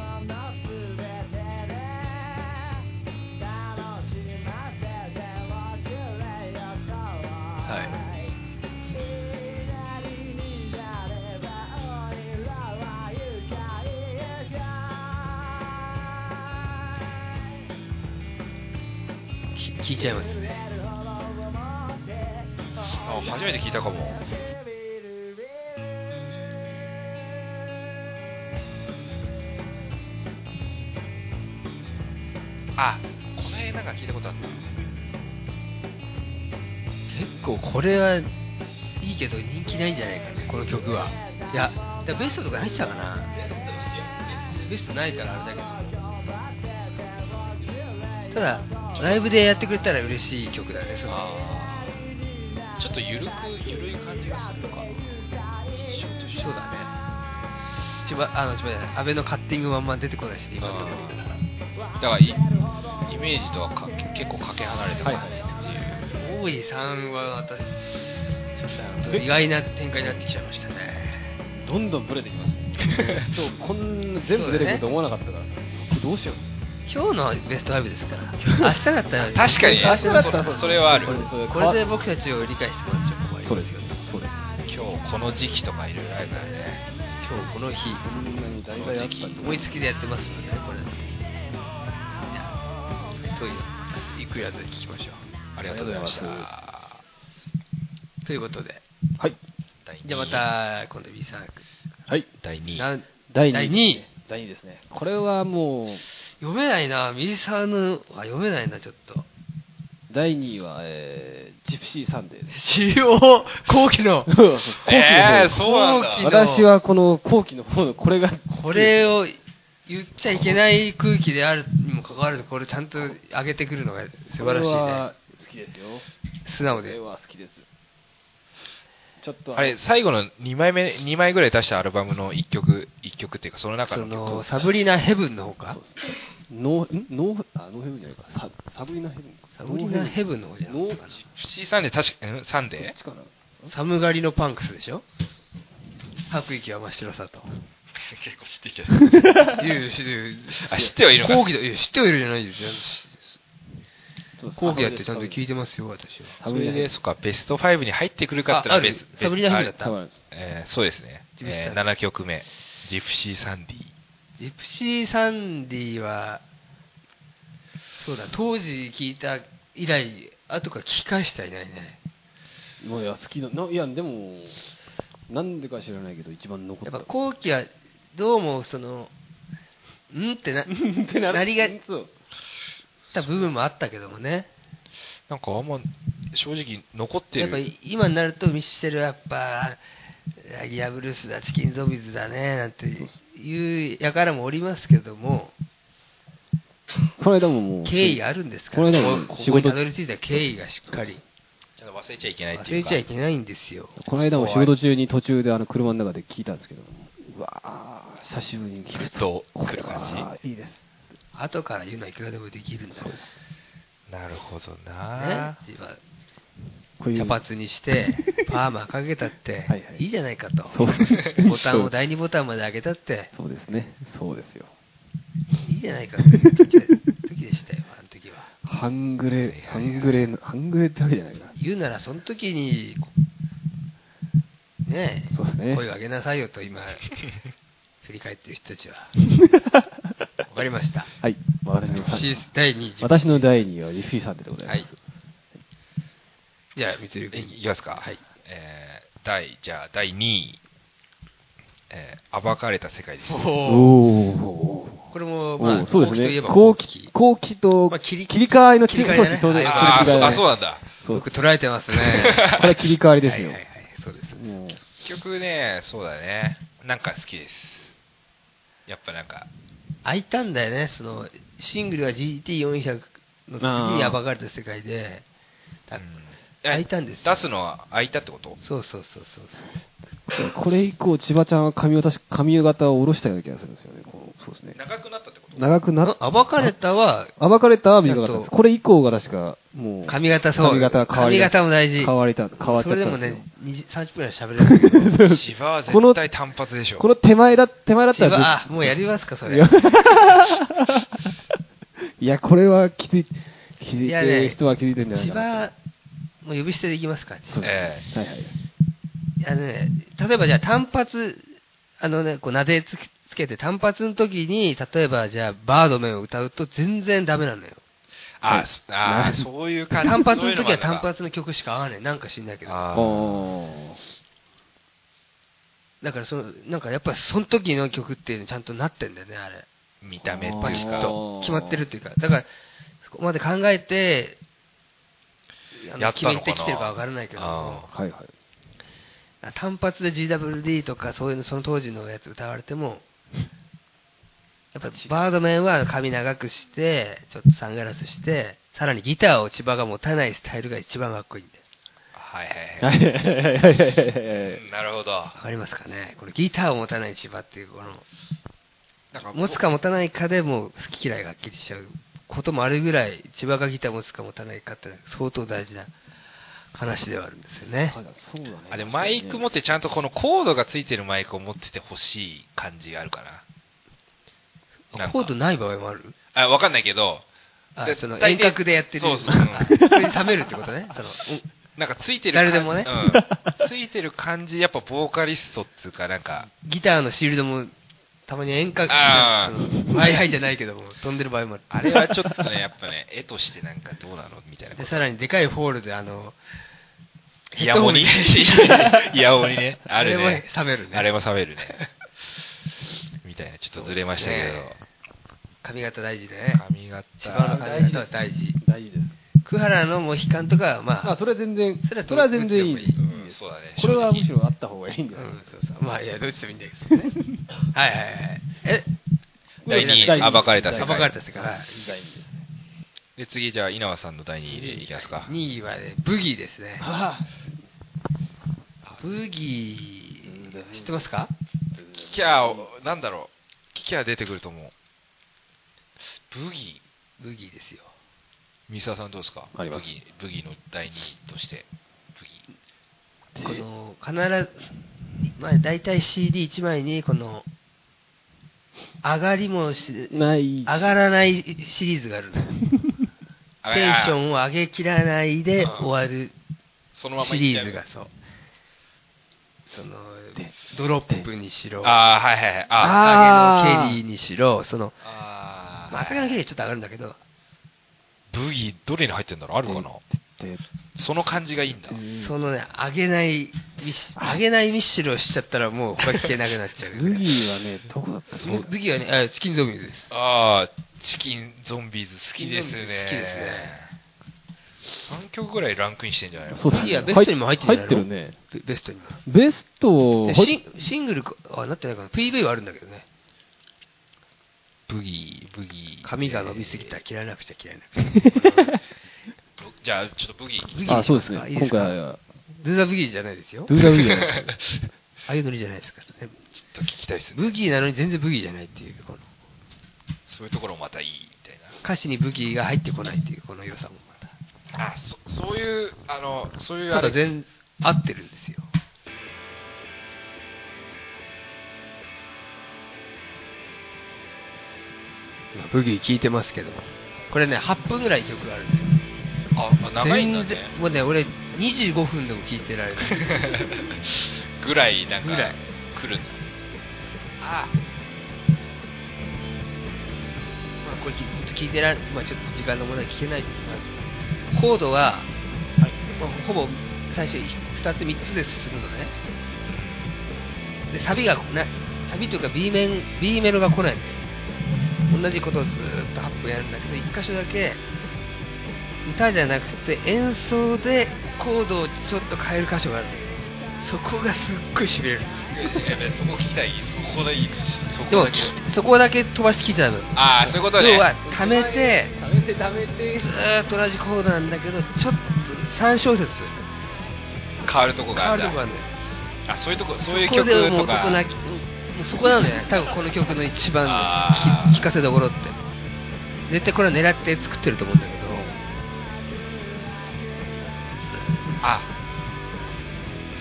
[SPEAKER 3] はい。き聞いちゃいますね。
[SPEAKER 2] あ初めて聞いたかもあこの辺なんか聞いたことあった
[SPEAKER 3] 結構これはいいけど人気ないんじゃないかねこの曲はいやだからベストとか入ってたかなベストないからあれだけどただライブでやってくれたら嬉しい曲だねその
[SPEAKER 2] あーちょっとゆるくゆるい感じがするのかな
[SPEAKER 3] そうだね千葉あの千葉じゃない安倍のカッティングまんま出てこないしね今のところ
[SPEAKER 2] だからいイメージとはか結構かけ離れた感じっていう、
[SPEAKER 3] 大井さんは私ちょっと意外な展開になってきちゃいましたね
[SPEAKER 1] どんどんブレてきます。そう、こんな全部出てくると思わなかったからさ。これどうしよう。
[SPEAKER 3] 今日のベスト5ですから明日だったら
[SPEAKER 2] 確かに
[SPEAKER 3] 明日だったら
[SPEAKER 2] そそれはある
[SPEAKER 3] これ
[SPEAKER 1] そう
[SPEAKER 3] これで僕たちを理解してもらっちゃう方がいい
[SPEAKER 1] そうです
[SPEAKER 3] よ
[SPEAKER 1] よ。そうです。
[SPEAKER 2] 今日この時期とかいろいろあるからね
[SPEAKER 3] 今日この日
[SPEAKER 1] こんなに題材あったり
[SPEAKER 3] 思いつきでやってますもんねこれじゃあトイレゆっくり後で聞きましょう
[SPEAKER 2] ありがとうございました。
[SPEAKER 1] ありが
[SPEAKER 2] は
[SPEAKER 3] ということで、
[SPEAKER 1] はい。
[SPEAKER 2] い。
[SPEAKER 3] じゃあまた、今度 B サーク
[SPEAKER 1] はい。
[SPEAKER 2] 第2位。
[SPEAKER 3] なん
[SPEAKER 1] 第
[SPEAKER 3] 第
[SPEAKER 1] 2
[SPEAKER 3] 二
[SPEAKER 1] 位
[SPEAKER 3] 位。
[SPEAKER 1] 第2位ですね。これはもう、
[SPEAKER 3] 読めないな、ミリサーのは読めないな、ちょっと。
[SPEAKER 1] 第2位は、えー、ジプシーサンデーです。。
[SPEAKER 3] 中央後期の
[SPEAKER 1] 後期の
[SPEAKER 2] えー、
[SPEAKER 1] 方
[SPEAKER 2] そうなんだ
[SPEAKER 3] 後期。の
[SPEAKER 1] 私は この後期の方の、これが、
[SPEAKER 3] これを言っちゃいけない空気であるにもかかわらず、これちゃんと上げてくるのが素晴
[SPEAKER 1] これ
[SPEAKER 3] らしいね
[SPEAKER 1] は。好きですよ。
[SPEAKER 3] 素直
[SPEAKER 1] これ
[SPEAKER 3] で。
[SPEAKER 1] は好きです。ちょっと
[SPEAKER 2] あれ、最後の2枚目、2枚ぐらい出したアルバムの1曲、1曲っていうか、その中
[SPEAKER 3] そ
[SPEAKER 2] の曲
[SPEAKER 3] の、サブリナヘブンの方か
[SPEAKER 1] そうですねノー、んノー、あ、ノーヘブンじゃないか。ササブリナヘブンか。
[SPEAKER 3] サブリナヘブンの方じゃな
[SPEAKER 1] ノ
[SPEAKER 3] か
[SPEAKER 1] ー
[SPEAKER 3] った
[SPEAKER 1] ヘブンノー
[SPEAKER 3] かな。
[SPEAKER 2] C サンデー、確か、んサン
[SPEAKER 1] どっ
[SPEAKER 2] デ
[SPEAKER 1] ちかな
[SPEAKER 3] 寒がりのパンクスでしょ吐く息は真っ白さ と。
[SPEAKER 2] ー結構知ってきち ゃった。
[SPEAKER 3] いう、知る。
[SPEAKER 2] あ知ってはいるのか
[SPEAKER 3] 後期だ。いや、知ってはいるじゃないですよ。
[SPEAKER 1] そうです
[SPEAKER 3] 後期やってちゃんと聞いてますよ、私は。
[SPEAKER 1] サ
[SPEAKER 2] そ
[SPEAKER 1] ブリ
[SPEAKER 2] れ
[SPEAKER 1] ナヘブ
[SPEAKER 2] で、
[SPEAKER 1] ン。
[SPEAKER 2] そっか、ベスト5に入ってくるかって
[SPEAKER 3] あある
[SPEAKER 2] ベス
[SPEAKER 3] サブリナヘブンだった
[SPEAKER 1] サブリナヘブン
[SPEAKER 2] えーそうですね。
[SPEAKER 3] ジプシー
[SPEAKER 2] え
[SPEAKER 3] サンデ
[SPEAKER 2] ー、
[SPEAKER 3] ー
[SPEAKER 2] 7曲目。ジプシーサンディ。
[SPEAKER 3] ジプシー・サンディは、そうだ、当時聞いた以来、後から聞き返してはいないね。
[SPEAKER 1] もういや、好きな、ないや、でも、なんでか知らないけど、一番残っ。
[SPEAKER 3] やったぱ後期は、どうも、その、んってな、
[SPEAKER 1] うん ってなる
[SPEAKER 3] なりが
[SPEAKER 1] そう
[SPEAKER 3] た部分もあったけどもね。
[SPEAKER 2] なんかあんま、正直残ってる。
[SPEAKER 3] やっぱ今になるとミッシェルはやっぱ、ラギアブルースだ、チキンゾビーズだね、なんていう輩もおりますけども、
[SPEAKER 1] この間ももう、
[SPEAKER 3] 経緯があるんですか
[SPEAKER 1] こ
[SPEAKER 3] ら、
[SPEAKER 1] の間も
[SPEAKER 3] ここ
[SPEAKER 1] 仕
[SPEAKER 3] こに
[SPEAKER 1] 事
[SPEAKER 3] たどり着いた経緯がしっかり
[SPEAKER 2] ちょっと忘れちゃいけないっ
[SPEAKER 3] 忘
[SPEAKER 2] てい
[SPEAKER 3] れ
[SPEAKER 2] うか。
[SPEAKER 3] ちゃいけないんですよ。
[SPEAKER 1] この間も仕事中に途中であの車の中で聞いたんですけど、うわー、久しぶりに聞くと、
[SPEAKER 2] と
[SPEAKER 1] こ
[SPEAKER 2] 来
[SPEAKER 1] れ
[SPEAKER 2] る感
[SPEAKER 1] は、いいです。
[SPEAKER 3] 後から言うのはいくらでもできるんだから。
[SPEAKER 2] じ。なるほど
[SPEAKER 3] ね
[SPEAKER 2] な、
[SPEAKER 3] 自分
[SPEAKER 1] こういう
[SPEAKER 3] 茶髪にして、パーマかけたって
[SPEAKER 1] はいはい、
[SPEAKER 3] いいじゃないかと。
[SPEAKER 1] そう
[SPEAKER 3] ボタンを第2ボタンまで上げたって、
[SPEAKER 1] そうですね。そうですよ。
[SPEAKER 3] いいじゃないかという時で時でしたよ、あの時は。
[SPEAKER 1] 半グ
[SPEAKER 2] い
[SPEAKER 1] レ、
[SPEAKER 2] やいや
[SPEAKER 1] 半グレの、半グレってわけじゃないかな。
[SPEAKER 3] 言うなら、その時に、ね
[SPEAKER 1] そうです
[SPEAKER 3] え、
[SPEAKER 1] ね。
[SPEAKER 3] 声を上げなさいよと今、振り返ってる人たち は。わかりました。
[SPEAKER 1] はい、わかりまし
[SPEAKER 3] C
[SPEAKER 1] た。
[SPEAKER 3] 第2位。
[SPEAKER 1] 私の第2位はリフィーサンデーでございま
[SPEAKER 3] は
[SPEAKER 1] す。
[SPEAKER 3] い。じゃあ、みつる
[SPEAKER 2] え
[SPEAKER 3] 君。
[SPEAKER 2] いきますか。
[SPEAKER 3] はい。
[SPEAKER 2] えー、第、じゃあ、第2位。えー、暴かれた世界です。
[SPEAKER 1] お
[SPEAKER 3] おお。
[SPEAKER 1] おー
[SPEAKER 3] これも、
[SPEAKER 1] お
[SPEAKER 3] まあ、
[SPEAKER 1] ーそうです
[SPEAKER 3] 後期とい
[SPEAKER 1] ね。
[SPEAKER 3] えば
[SPEAKER 1] 後期、後期と
[SPEAKER 3] まあ切り
[SPEAKER 1] 切り替わりの
[SPEAKER 3] 切り替えだね
[SPEAKER 1] そうです
[SPEAKER 2] あー
[SPEAKER 1] それ切り替えだ
[SPEAKER 2] あ、
[SPEAKER 1] ね
[SPEAKER 2] そうなんだ。
[SPEAKER 1] そう
[SPEAKER 3] よ
[SPEAKER 1] で
[SPEAKER 3] く
[SPEAKER 1] す
[SPEAKER 3] 捉えてますね。
[SPEAKER 1] これは切り替わりですよ
[SPEAKER 3] はい。はいはい、そうです。
[SPEAKER 1] もう
[SPEAKER 2] 結局ね、そうだね。なんか好きです。やっぱなんか、
[SPEAKER 3] 開いたんだよね、その、シングルは GT400 の
[SPEAKER 1] あ
[SPEAKER 3] 次
[SPEAKER 1] ー
[SPEAKER 3] に暴かれた世界で、だ
[SPEAKER 2] うん
[SPEAKER 3] 開いたんですよ
[SPEAKER 2] 出すのは開いたってこと
[SPEAKER 3] そうそうそうそうそ
[SPEAKER 1] これ以降、千葉ちゃんは髪を確か髪型を下ろしたような気がするんですよね。こうそうですね。
[SPEAKER 2] 長くなったってこと
[SPEAKER 1] 長くな
[SPEAKER 3] う。あ暴かれたは、
[SPEAKER 1] 暴かれたは短かったで
[SPEAKER 3] ちゃん
[SPEAKER 1] す。
[SPEAKER 3] と
[SPEAKER 1] これ以降が確か、もう、
[SPEAKER 3] 髪型そう。
[SPEAKER 1] 髪型変わり
[SPEAKER 3] 髪型も大事。
[SPEAKER 1] 変わりた、変わっちゃ
[SPEAKER 3] そ
[SPEAKER 1] っ
[SPEAKER 3] れで
[SPEAKER 1] た
[SPEAKER 3] も
[SPEAKER 1] んですよ
[SPEAKER 3] ね、20 30分は喋れるんだけど。
[SPEAKER 2] 千葉は絶対単発でしょ。
[SPEAKER 1] この手前だ、手 前だっ
[SPEAKER 3] 自
[SPEAKER 1] た
[SPEAKER 3] 分
[SPEAKER 1] ら
[SPEAKER 3] あ、もうやりますか、そ
[SPEAKER 1] ず、い
[SPEAKER 3] れ。
[SPEAKER 1] やいや、これは気づい、気づい
[SPEAKER 3] いや
[SPEAKER 1] てる
[SPEAKER 3] ね
[SPEAKER 1] 人は気づいてるんじゃない
[SPEAKER 3] 千
[SPEAKER 1] かな
[SPEAKER 3] 葉、もう呼び捨てでいきますか。
[SPEAKER 1] そうで
[SPEAKER 2] え
[SPEAKER 1] すね。はいはい。
[SPEAKER 3] いやね、例えばじゃあ単発、あのね、こう、撫でつけつけて単発の時に、例えばじゃあ、バードメンを歌うと全然ダメなのよ。
[SPEAKER 2] あ、す
[SPEAKER 1] な
[SPEAKER 2] あー、そういう感じ。
[SPEAKER 3] 単発
[SPEAKER 2] そうい
[SPEAKER 3] の
[SPEAKER 2] うの
[SPEAKER 3] 時
[SPEAKER 2] もあ
[SPEAKER 3] は
[SPEAKER 2] るの
[SPEAKER 3] 単
[SPEAKER 2] か。
[SPEAKER 3] 発の曲しか合わない。なんか知んないけど。
[SPEAKER 2] あー
[SPEAKER 1] おー
[SPEAKER 3] だからその、なんかやっぱりその時の曲っていうのちゃんとなってんだよね、あれ。
[SPEAKER 2] 見た目って
[SPEAKER 3] バ
[SPEAKER 2] い
[SPEAKER 3] チ
[SPEAKER 2] う
[SPEAKER 3] ッ
[SPEAKER 2] か。
[SPEAKER 3] と決まってるっていうか。だから、そこまで考えて、あ
[SPEAKER 2] や
[SPEAKER 3] の
[SPEAKER 2] った
[SPEAKER 3] 決
[SPEAKER 2] の
[SPEAKER 3] め
[SPEAKER 2] かな
[SPEAKER 3] てきてるかわからないけども
[SPEAKER 2] あ、
[SPEAKER 1] はいはい。
[SPEAKER 3] 単発で GWD とかそういうの、その当時のやつ歌われても、やっぱバードメンは髪長くして、ちょっとサングラスして、さらにギターを千葉が持たないスタイルが一番かっこいいんだよ。
[SPEAKER 2] はいは
[SPEAKER 1] は
[SPEAKER 2] い
[SPEAKER 1] いはいはいはいはいはい
[SPEAKER 2] はい。なるほど。
[SPEAKER 3] わかりますかねこのギターを持たない千葉っていう、この、
[SPEAKER 2] なんか
[SPEAKER 3] 持つか持たないかでもう好き嫌いがはっきりしちゃうこともあるぐらい、千葉がギター持つか持たないかって相当大事な話ではあるんですよね。
[SPEAKER 1] そうだね。
[SPEAKER 2] あれ、マイク持ってちゃんとこのコードがついてるマイクを持っててほしい感じがあるかなんか
[SPEAKER 3] コードない場合もある
[SPEAKER 2] な。あ、わかんないけど、
[SPEAKER 3] あ
[SPEAKER 2] で
[SPEAKER 3] その
[SPEAKER 2] 大
[SPEAKER 3] 遠
[SPEAKER 2] 抵
[SPEAKER 3] 隔でやってる。
[SPEAKER 2] そうそう
[SPEAKER 3] あ普通に冷めるってことね。その
[SPEAKER 2] なんかついてる
[SPEAKER 3] 誰
[SPEAKER 2] 感じ。
[SPEAKER 3] でもね
[SPEAKER 2] うん。ついてる感じ、やっぱボーカリストっていうか、なんか、
[SPEAKER 3] うんギターのシールドもたまに演歌
[SPEAKER 2] あ
[SPEAKER 3] が
[SPEAKER 2] ー
[SPEAKER 3] 前入ってないけども、飛んでる場合もある。
[SPEAKER 2] あれはちょっと ね、やっぱね、絵としてなんかどうなのみたいなこ
[SPEAKER 3] で、
[SPEAKER 2] と。
[SPEAKER 3] さらにでかいホールで、あの、
[SPEAKER 2] イヤモニ イヤモニね。あれ
[SPEAKER 3] あれ
[SPEAKER 2] ね
[SPEAKER 3] も。冷めるね
[SPEAKER 2] あれも冷めるね。 みたいな、ちょっとずれましたけ
[SPEAKER 3] ね
[SPEAKER 2] ど。
[SPEAKER 3] 髪型大事でね。
[SPEAKER 2] 髪型。
[SPEAKER 3] 千葉の髪型は大 事。
[SPEAKER 1] 大事です。
[SPEAKER 3] 桑原のモヒカンとかは、まあ、
[SPEAKER 1] あ、それは全然、
[SPEAKER 3] それは
[SPEAKER 1] それは全然い
[SPEAKER 3] どっち
[SPEAKER 1] い。
[SPEAKER 3] でも
[SPEAKER 2] うんそうだね。
[SPEAKER 1] これは
[SPEAKER 2] 正直
[SPEAKER 1] むしろあった方がいいんだよ。
[SPEAKER 3] うん、そうそう。まあ、いや、どっちでもいいんだけどね。はいはいはい。え、
[SPEAKER 2] 第二位、暴かれた世界。
[SPEAKER 3] 暴かれた世界。はい
[SPEAKER 1] 第二位ですね。
[SPEAKER 2] で、次、じゃあ、稲葉さんの第2位でいきますか。
[SPEAKER 3] 2位はね、ブギーですね。
[SPEAKER 1] あ
[SPEAKER 3] ブギー、知ってますか
[SPEAKER 2] キキャー、なんだろう。キキャー出てくると思う。ブギ
[SPEAKER 3] ブギーですよ。
[SPEAKER 2] ー。三沢さんどうですか
[SPEAKER 1] あります
[SPEAKER 2] ブギー、ブギーの第2位として。ブギ
[SPEAKER 3] この、必ず、まあ、大体 CD1 枚に、この、上がりもし、
[SPEAKER 1] ない。
[SPEAKER 3] 上がらないシリーズがあるの
[SPEAKER 2] ー。
[SPEAKER 3] テンショ
[SPEAKER 2] ン。
[SPEAKER 3] ンを上げきらないで終わる
[SPEAKER 2] そのまま
[SPEAKER 3] シ
[SPEAKER 2] いっ
[SPEAKER 3] リ
[SPEAKER 2] ちゃ
[SPEAKER 3] ー
[SPEAKER 2] う
[SPEAKER 3] ズがそう。その、ドロップにしろ、
[SPEAKER 2] ああ、はいはいはい。あー
[SPEAKER 3] 上げ
[SPEAKER 1] あー
[SPEAKER 3] のケリーにしろ、その、
[SPEAKER 2] あー。
[SPEAKER 3] まあ上げのケリーはちょっと上がるんだけど、
[SPEAKER 2] ブギー、どれに入ってんだろうあるかな
[SPEAKER 1] って
[SPEAKER 2] その感じがいいんだ。
[SPEAKER 3] そのね、上げないミッシ、上げないミッシルをしちゃったらもう他聞けなくなっ ちゃう。
[SPEAKER 1] ルギーはね、どこだったの
[SPEAKER 3] 武器はね、あチキンゾンビです。
[SPEAKER 2] ああ、チキンゾンビーズ好きですね。
[SPEAKER 3] 好きですね。
[SPEAKER 2] 3曲ぐらいランクインしてんじゃないの
[SPEAKER 1] そうだね
[SPEAKER 3] ルギーはベストにも入ってんじゃないの
[SPEAKER 1] 入ってるね。
[SPEAKER 3] ベベストには。
[SPEAKER 1] ベストを、
[SPEAKER 3] でシンシングルかはなってないかな。PV はあるんだけどね。
[SPEAKER 2] ブギー、ブギー。
[SPEAKER 3] 髪が伸びすぎたら切らなくちゃ切らなくち
[SPEAKER 2] じゃあ、ちょっとブギー。
[SPEAKER 3] ゃ。
[SPEAKER 1] あ、そうですね。
[SPEAKER 3] いい
[SPEAKER 1] 今
[SPEAKER 3] か
[SPEAKER 1] 回は、
[SPEAKER 3] ドゥザブギーじゃないですよ。
[SPEAKER 1] ドゥーダウィー だね
[SPEAKER 3] ああいうノリじゃないですからね。
[SPEAKER 2] ちょっと聞きたいですね。
[SPEAKER 3] ブギーなのに全然ブギーじゃないっていう、この
[SPEAKER 2] そういうところもまたいいみたいな。
[SPEAKER 3] 歌詞にブギーが入ってこないっていう、この良さもまた。
[SPEAKER 2] あそ、そういう、あの、そういうあ
[SPEAKER 3] ただ
[SPEAKER 2] れ。
[SPEAKER 3] 全、合ってるんですよ。今ブギー聴いてますけども。これね、8分ぐらい曲があるんで。
[SPEAKER 2] あ、あ長いんだ
[SPEAKER 3] 全
[SPEAKER 2] ね
[SPEAKER 3] 然。もうね、俺25分でも聴いてられる。
[SPEAKER 2] ぐらい、なんか、
[SPEAKER 3] ぐらい
[SPEAKER 2] 来るんだ。あ
[SPEAKER 3] まあこれずっと聞いてら、まあちょっと時間の問題聞けないですが、コードは、まあほぼ最初2つ3つで進むのね。で、サビがな、サビというか B 面、B メロが来ないんだよ。同じことをずーっと8分やるんだけど、1箇所だけ、歌じゃなくて演奏でコードをちょっと変える箇所があるんだよ。そこがすっごい痺れる。
[SPEAKER 2] やべ、そこ聞きたい。そこでいい。そこ
[SPEAKER 3] でも
[SPEAKER 2] だけ、
[SPEAKER 3] そこだけ飛ばして聞いてたの。
[SPEAKER 2] ああ、そういうことね。
[SPEAKER 3] 要は、溜めて、
[SPEAKER 1] ダメでダメで
[SPEAKER 3] ずーっと同じコードなんだけど、ちょっと3小節
[SPEAKER 2] 変わるとこ
[SPEAKER 3] 変
[SPEAKER 2] があ
[SPEAKER 3] わ
[SPEAKER 2] る
[SPEAKER 3] る
[SPEAKER 2] ん
[SPEAKER 3] と
[SPEAKER 2] だ
[SPEAKER 3] こがある
[SPEAKER 2] あそういうとこ
[SPEAKER 3] の
[SPEAKER 2] そうい
[SPEAKER 3] よ
[SPEAKER 2] う
[SPEAKER 3] そこ
[SPEAKER 2] 曲
[SPEAKER 3] でもう
[SPEAKER 2] と
[SPEAKER 3] 男
[SPEAKER 2] か
[SPEAKER 3] 泣き、もうそこなのよね、多分この曲の一番
[SPEAKER 2] あー
[SPEAKER 3] の聞き聞かせどころって。絶対これは狙って作ってると思うんだけど、
[SPEAKER 2] あ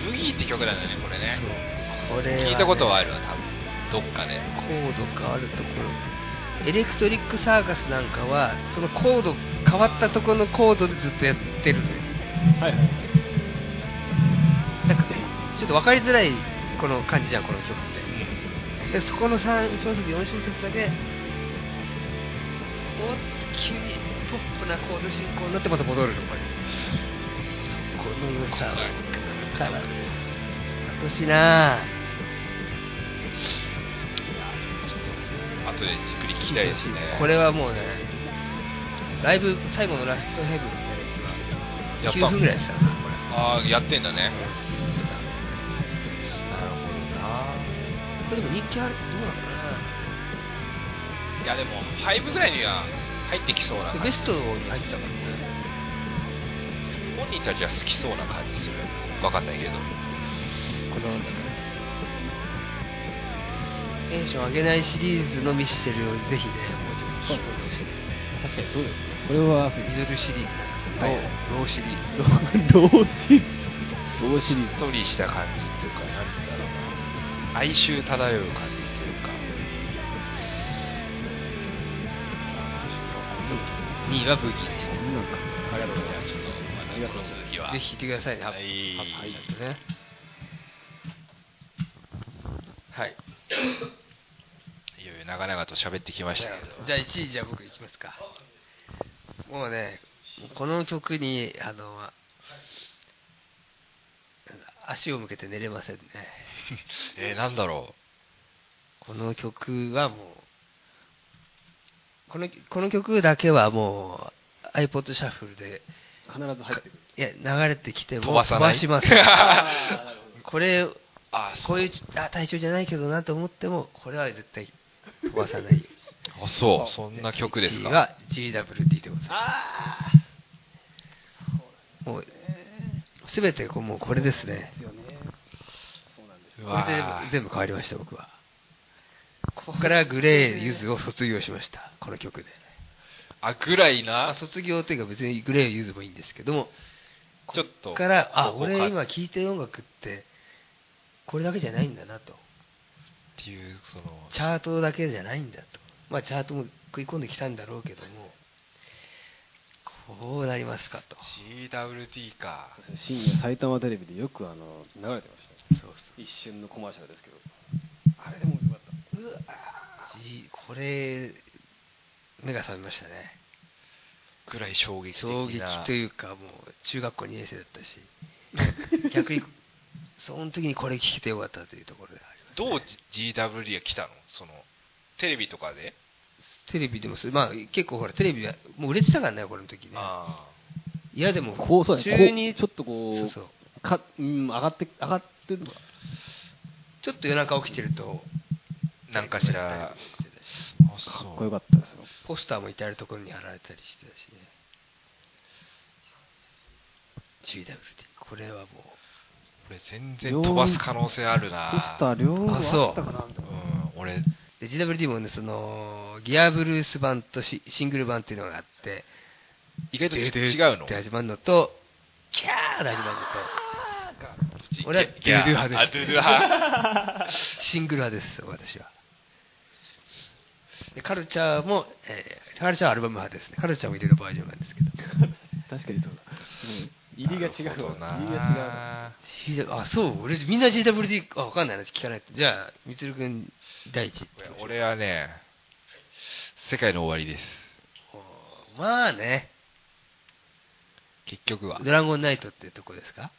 [SPEAKER 2] ブギーって曲なんだねこれね
[SPEAKER 3] そうこれはね
[SPEAKER 2] 聞いたことはあるわ多分どっかで
[SPEAKER 3] コード変わるところ、エレクトリックサーカスなんかは、そのコード、変わったところのコードでずっとやってるのよ。
[SPEAKER 1] はいはい。
[SPEAKER 3] なんかちょっと分かりづらいこの感じじゃんこの曲ってでそこの3小節4小節だけお急にポップなコード進行になってまた戻るのこれそこの良さはから楽しいなぁ
[SPEAKER 2] 後でじっくり聞きたいですね
[SPEAKER 3] これはもうねライブ最後のラストヘブンみたいなやつ
[SPEAKER 2] や
[SPEAKER 3] は9
[SPEAKER 2] った
[SPEAKER 3] 分ぐらいでしたかなこれ
[SPEAKER 2] ああやってんだねなるほどな
[SPEAKER 3] これでも人気あるどうなのか
[SPEAKER 2] いやでも5ぐらいには入ってきそうな
[SPEAKER 3] なで
[SPEAKER 2] 感
[SPEAKER 3] ベ
[SPEAKER 2] じ
[SPEAKER 3] ストに入ってたからね
[SPEAKER 2] 本人たちは好きそうな感じするわかんないけど
[SPEAKER 3] このテンション上げないシリーズのミッシェルをぜひねもうちょっと聴いてほしい
[SPEAKER 1] 確かにそうですね。それは、
[SPEAKER 3] ミドルシリーズな
[SPEAKER 1] は
[SPEAKER 3] ん
[SPEAKER 1] い
[SPEAKER 3] ですけどローシリーズ
[SPEAKER 1] ローシリーズ。ローシ
[SPEAKER 2] し
[SPEAKER 1] リーズ
[SPEAKER 2] っとりした感じっていうかなんつうんだろうな哀愁漂う感じというか
[SPEAKER 3] 2位はブギーでした
[SPEAKER 1] なんか
[SPEAKER 2] ありがとうございます。ありがとうございます。
[SPEAKER 3] ぜひ聴いてくださいね
[SPEAKER 2] は
[SPEAKER 3] はいいちゃんとねはい
[SPEAKER 2] いう長々と喋ってきましたけど。
[SPEAKER 3] じゃあ1位じゃあ僕いきますか。もうね、この曲に、あの、なんだ足を向けて寝れませんね。
[SPEAKER 2] えー、なんだろ
[SPEAKER 3] この曲はもう、このこの曲だけはもう iPod シャッフルで、
[SPEAKER 1] 必ず入ってくる。
[SPEAKER 3] いや、流れてきても
[SPEAKER 2] 飛ばさない
[SPEAKER 3] 飛ばし
[SPEAKER 1] あ
[SPEAKER 3] ま
[SPEAKER 1] なる
[SPEAKER 3] す。 これ、
[SPEAKER 2] う。あ、
[SPEAKER 3] こういうあ体調じゃないけどなと思っても、これは絶対飛ばさない。
[SPEAKER 2] あ、そう。そんな曲です
[SPEAKER 3] 1位
[SPEAKER 2] か。
[SPEAKER 3] は GWD でございます。もう、すべてこうもうこれですね。
[SPEAKER 1] ほど。ですよね。そうなんです。
[SPEAKER 2] う
[SPEAKER 3] これで
[SPEAKER 2] わ
[SPEAKER 3] 全部変わりました、僕は。ここからグレーユズを卒業しました、この曲で。
[SPEAKER 2] あ、ぐらい
[SPEAKER 3] まあ、
[SPEAKER 2] な。
[SPEAKER 3] 卒業というか別にグレーユズもいいんですけども、
[SPEAKER 2] ちょっと。
[SPEAKER 3] こっから、あ、
[SPEAKER 2] ここか
[SPEAKER 3] 俺今聴いてる音楽って、これだけじゃないんだなと。
[SPEAKER 2] っていう、その、
[SPEAKER 3] チャートだけじゃないんだと。まあ、チャートも食い込んできたんだろうけども、こうなりますかと。
[SPEAKER 2] GWT か。
[SPEAKER 1] 深夜埼玉テレビでよくあの流れてましたよ。
[SPEAKER 3] そうそう。
[SPEAKER 1] 一瞬のコマーシャルですけど。あれでもよかった。
[SPEAKER 3] うわぁじこれ、目が覚めましたね。
[SPEAKER 2] ぐらい衝撃的な。
[SPEAKER 3] 衝撃というか、もう中学校2年生 だったし、逆に、その時にこれ聞けてよかったというところであります、
[SPEAKER 2] どう GWD が来たのその、テレビとかで、
[SPEAKER 3] テレビでもそれ、まあ結構ほら、テレビは、もう売れてたからね、これの時ね。
[SPEAKER 2] あ
[SPEAKER 3] いや、でも、
[SPEAKER 1] こうそうだね。
[SPEAKER 3] 中に
[SPEAKER 1] こうちょっとこう
[SPEAKER 3] そうそう
[SPEAKER 1] かうん上がって上がってるのか。
[SPEAKER 3] ちょっと夜中起きてると、
[SPEAKER 2] あ、なんかし
[SPEAKER 3] テレビがや
[SPEAKER 2] ら、あ
[SPEAKER 3] ったりしてたし
[SPEAKER 1] か
[SPEAKER 2] そ
[SPEAKER 1] っ
[SPEAKER 2] う
[SPEAKER 1] こよかったですよ。
[SPEAKER 3] ポスターも至るところに貼られたりしてたしね。GWT、これはも
[SPEAKER 2] これ全然飛ばす可能性あるな
[SPEAKER 1] ポスター両方あったかなみたいな。
[SPEAKER 2] うん、俺、
[SPEAKER 3] う、で GWT もね、その、ギアブルース版とシシングル版っていうのがあって、
[SPEAKER 2] 意外と違うの
[SPEAKER 3] って始まるのと、キャーで始まるのと、俺は
[SPEAKER 2] ギ
[SPEAKER 3] ドゥ
[SPEAKER 2] ャー
[SPEAKER 3] ドゥ派です
[SPEAKER 2] あドゥドゥ派。
[SPEAKER 3] シングル派です、私は。でカルチャーも、えーカルチャーはアルバム派ですね。カルチャーも入れるバージョンなんですけど。
[SPEAKER 1] 確かにそうだ。うん入りが違
[SPEAKER 2] なる
[SPEAKER 1] う
[SPEAKER 2] ほ
[SPEAKER 1] わ
[SPEAKER 2] どな
[SPEAKER 1] 入りが違うわ。
[SPEAKER 3] G- あ、そう、俺、みんな GWD、あ、わかんないな、聞かないと。じゃあ、みつるくん、第一。
[SPEAKER 2] 俺はね、世界の終わりです。
[SPEAKER 3] おーまあね、
[SPEAKER 2] 結局は。う
[SPEAKER 3] ドラゴンナイトってとこですか
[SPEAKER 2] ん。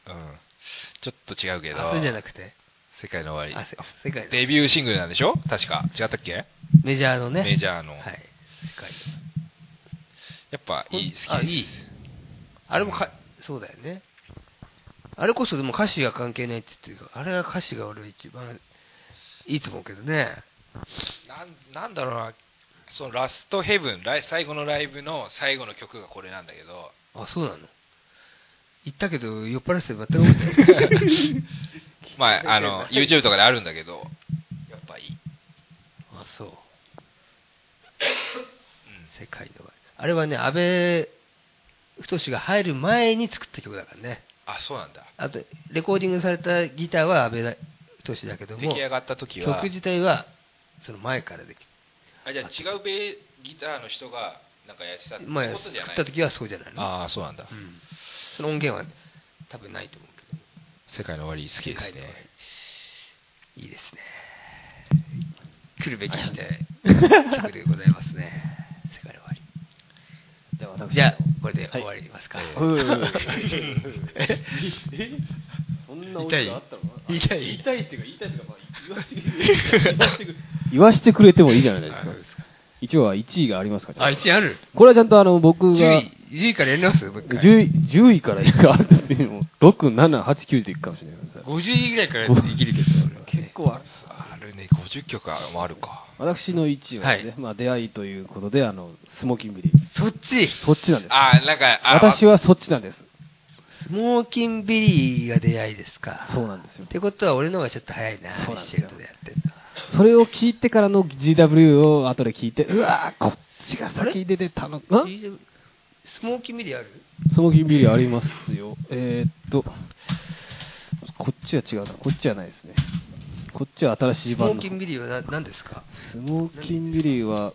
[SPEAKER 2] ちょっと違うけど、
[SPEAKER 3] あ、それじゃなくて、
[SPEAKER 2] 世界の終わ
[SPEAKER 3] あ
[SPEAKER 2] り。、
[SPEAKER 3] せ世界の
[SPEAKER 2] デビューシングルなんでしょ確か。違ったっけ
[SPEAKER 3] メジャーのね。
[SPEAKER 2] メジャーの
[SPEAKER 3] はい。世界の
[SPEAKER 2] やっぱいい、好きです。
[SPEAKER 3] あいいあれもか、そうだよね。あれこそでも歌詞が関係ないって言ってるけどあれは歌詞が俺一番いいと思うけどね。
[SPEAKER 2] なんなんだろうな、そのラストヘブン、ライ最後のライブの最後の曲がこれなんだけど、
[SPEAKER 3] あ、そうなの言ったけど、酔っ払ってて全く覚えてない。
[SPEAKER 2] ま あ、あの、YouTube とかであるんだけど、やっぱいい。
[SPEAKER 3] あ、そう。世界の終わりあれはね、安倍太が入る前に作った曲だからね。
[SPEAKER 2] あ、そうなんだ。
[SPEAKER 3] あと、レコーディングされたギターは安倍太だけど
[SPEAKER 2] 出
[SPEAKER 3] も
[SPEAKER 2] 来、上がった時は、
[SPEAKER 3] 曲自体はその前からでき
[SPEAKER 2] あじゃあ違うベギターの人がなんかやってたって
[SPEAKER 3] まあ、
[SPEAKER 2] こ
[SPEAKER 3] 作
[SPEAKER 2] とじゃな
[SPEAKER 3] っ
[SPEAKER 2] い
[SPEAKER 3] た時はそうじゃないの。
[SPEAKER 2] ああ、そうなんだ
[SPEAKER 3] う。んその音源は多分ないと思うけど。
[SPEAKER 2] 世界の終わり好きで
[SPEAKER 3] 世
[SPEAKER 2] す
[SPEAKER 3] 界の終わ
[SPEAKER 2] ね。
[SPEAKER 3] りいいですね。来るべきして、曲でございますね。世界の終わり。
[SPEAKER 1] じゃあ私。
[SPEAKER 3] じゃあ、これで終わります か。
[SPEAKER 1] うんうんうん。えそんなお
[SPEAKER 3] 痛い
[SPEAKER 1] 家があったの
[SPEAKER 3] 言いたい
[SPEAKER 4] 痛いっていうか、痛いっていうか、まあ、言わしてくれる。言わしてくれる。
[SPEAKER 1] 言わしてくれてもいいじゃないです
[SPEAKER 3] あ
[SPEAKER 1] か
[SPEAKER 3] そう。ですか
[SPEAKER 1] 一応は1位がありますから。
[SPEAKER 3] あ、1位ある
[SPEAKER 1] これはちゃんとあの僕
[SPEAKER 3] ?10
[SPEAKER 1] が
[SPEAKER 3] 位、10位からやりますもう一回
[SPEAKER 1] 10位 ,10 位からいくかっていうのを、6、7、8、9でいくかもしれないです。
[SPEAKER 3] 50位ぐらいからいきるけど、俺はね
[SPEAKER 1] 構ある。
[SPEAKER 2] あるね、50曲もあるか。
[SPEAKER 1] 私の1位はですね、
[SPEAKER 3] は
[SPEAKER 1] まあ出会いということで、あの、スモーキングビリー。
[SPEAKER 3] そっち、
[SPEAKER 1] そっちなんです。
[SPEAKER 2] ああ、なんか、あ
[SPEAKER 1] 私
[SPEAKER 2] は。
[SPEAKER 1] はそっちなんです。
[SPEAKER 3] スモーキンビリーが出会いですか。
[SPEAKER 1] そうなんですよ
[SPEAKER 3] ってことは、俺の方がちょっと早いな、
[SPEAKER 1] そう
[SPEAKER 3] ミ
[SPEAKER 1] なんです
[SPEAKER 3] シ
[SPEAKER 1] よ
[SPEAKER 3] ェルとでやってんだ。
[SPEAKER 1] それを聞いてからの GW を後で聞いて、うわー、こっちが先に出てたの。ん
[SPEAKER 3] スモーキンビリーある
[SPEAKER 1] スモーキングビリーありますよ。えー、っと、こっちは違うな。こっちはないですね。こっちは新しい
[SPEAKER 3] ス
[SPEAKER 1] 版
[SPEAKER 3] モ
[SPEAKER 1] の
[SPEAKER 3] ーキンビリーはな何ですか
[SPEAKER 1] スモーキンビリーは、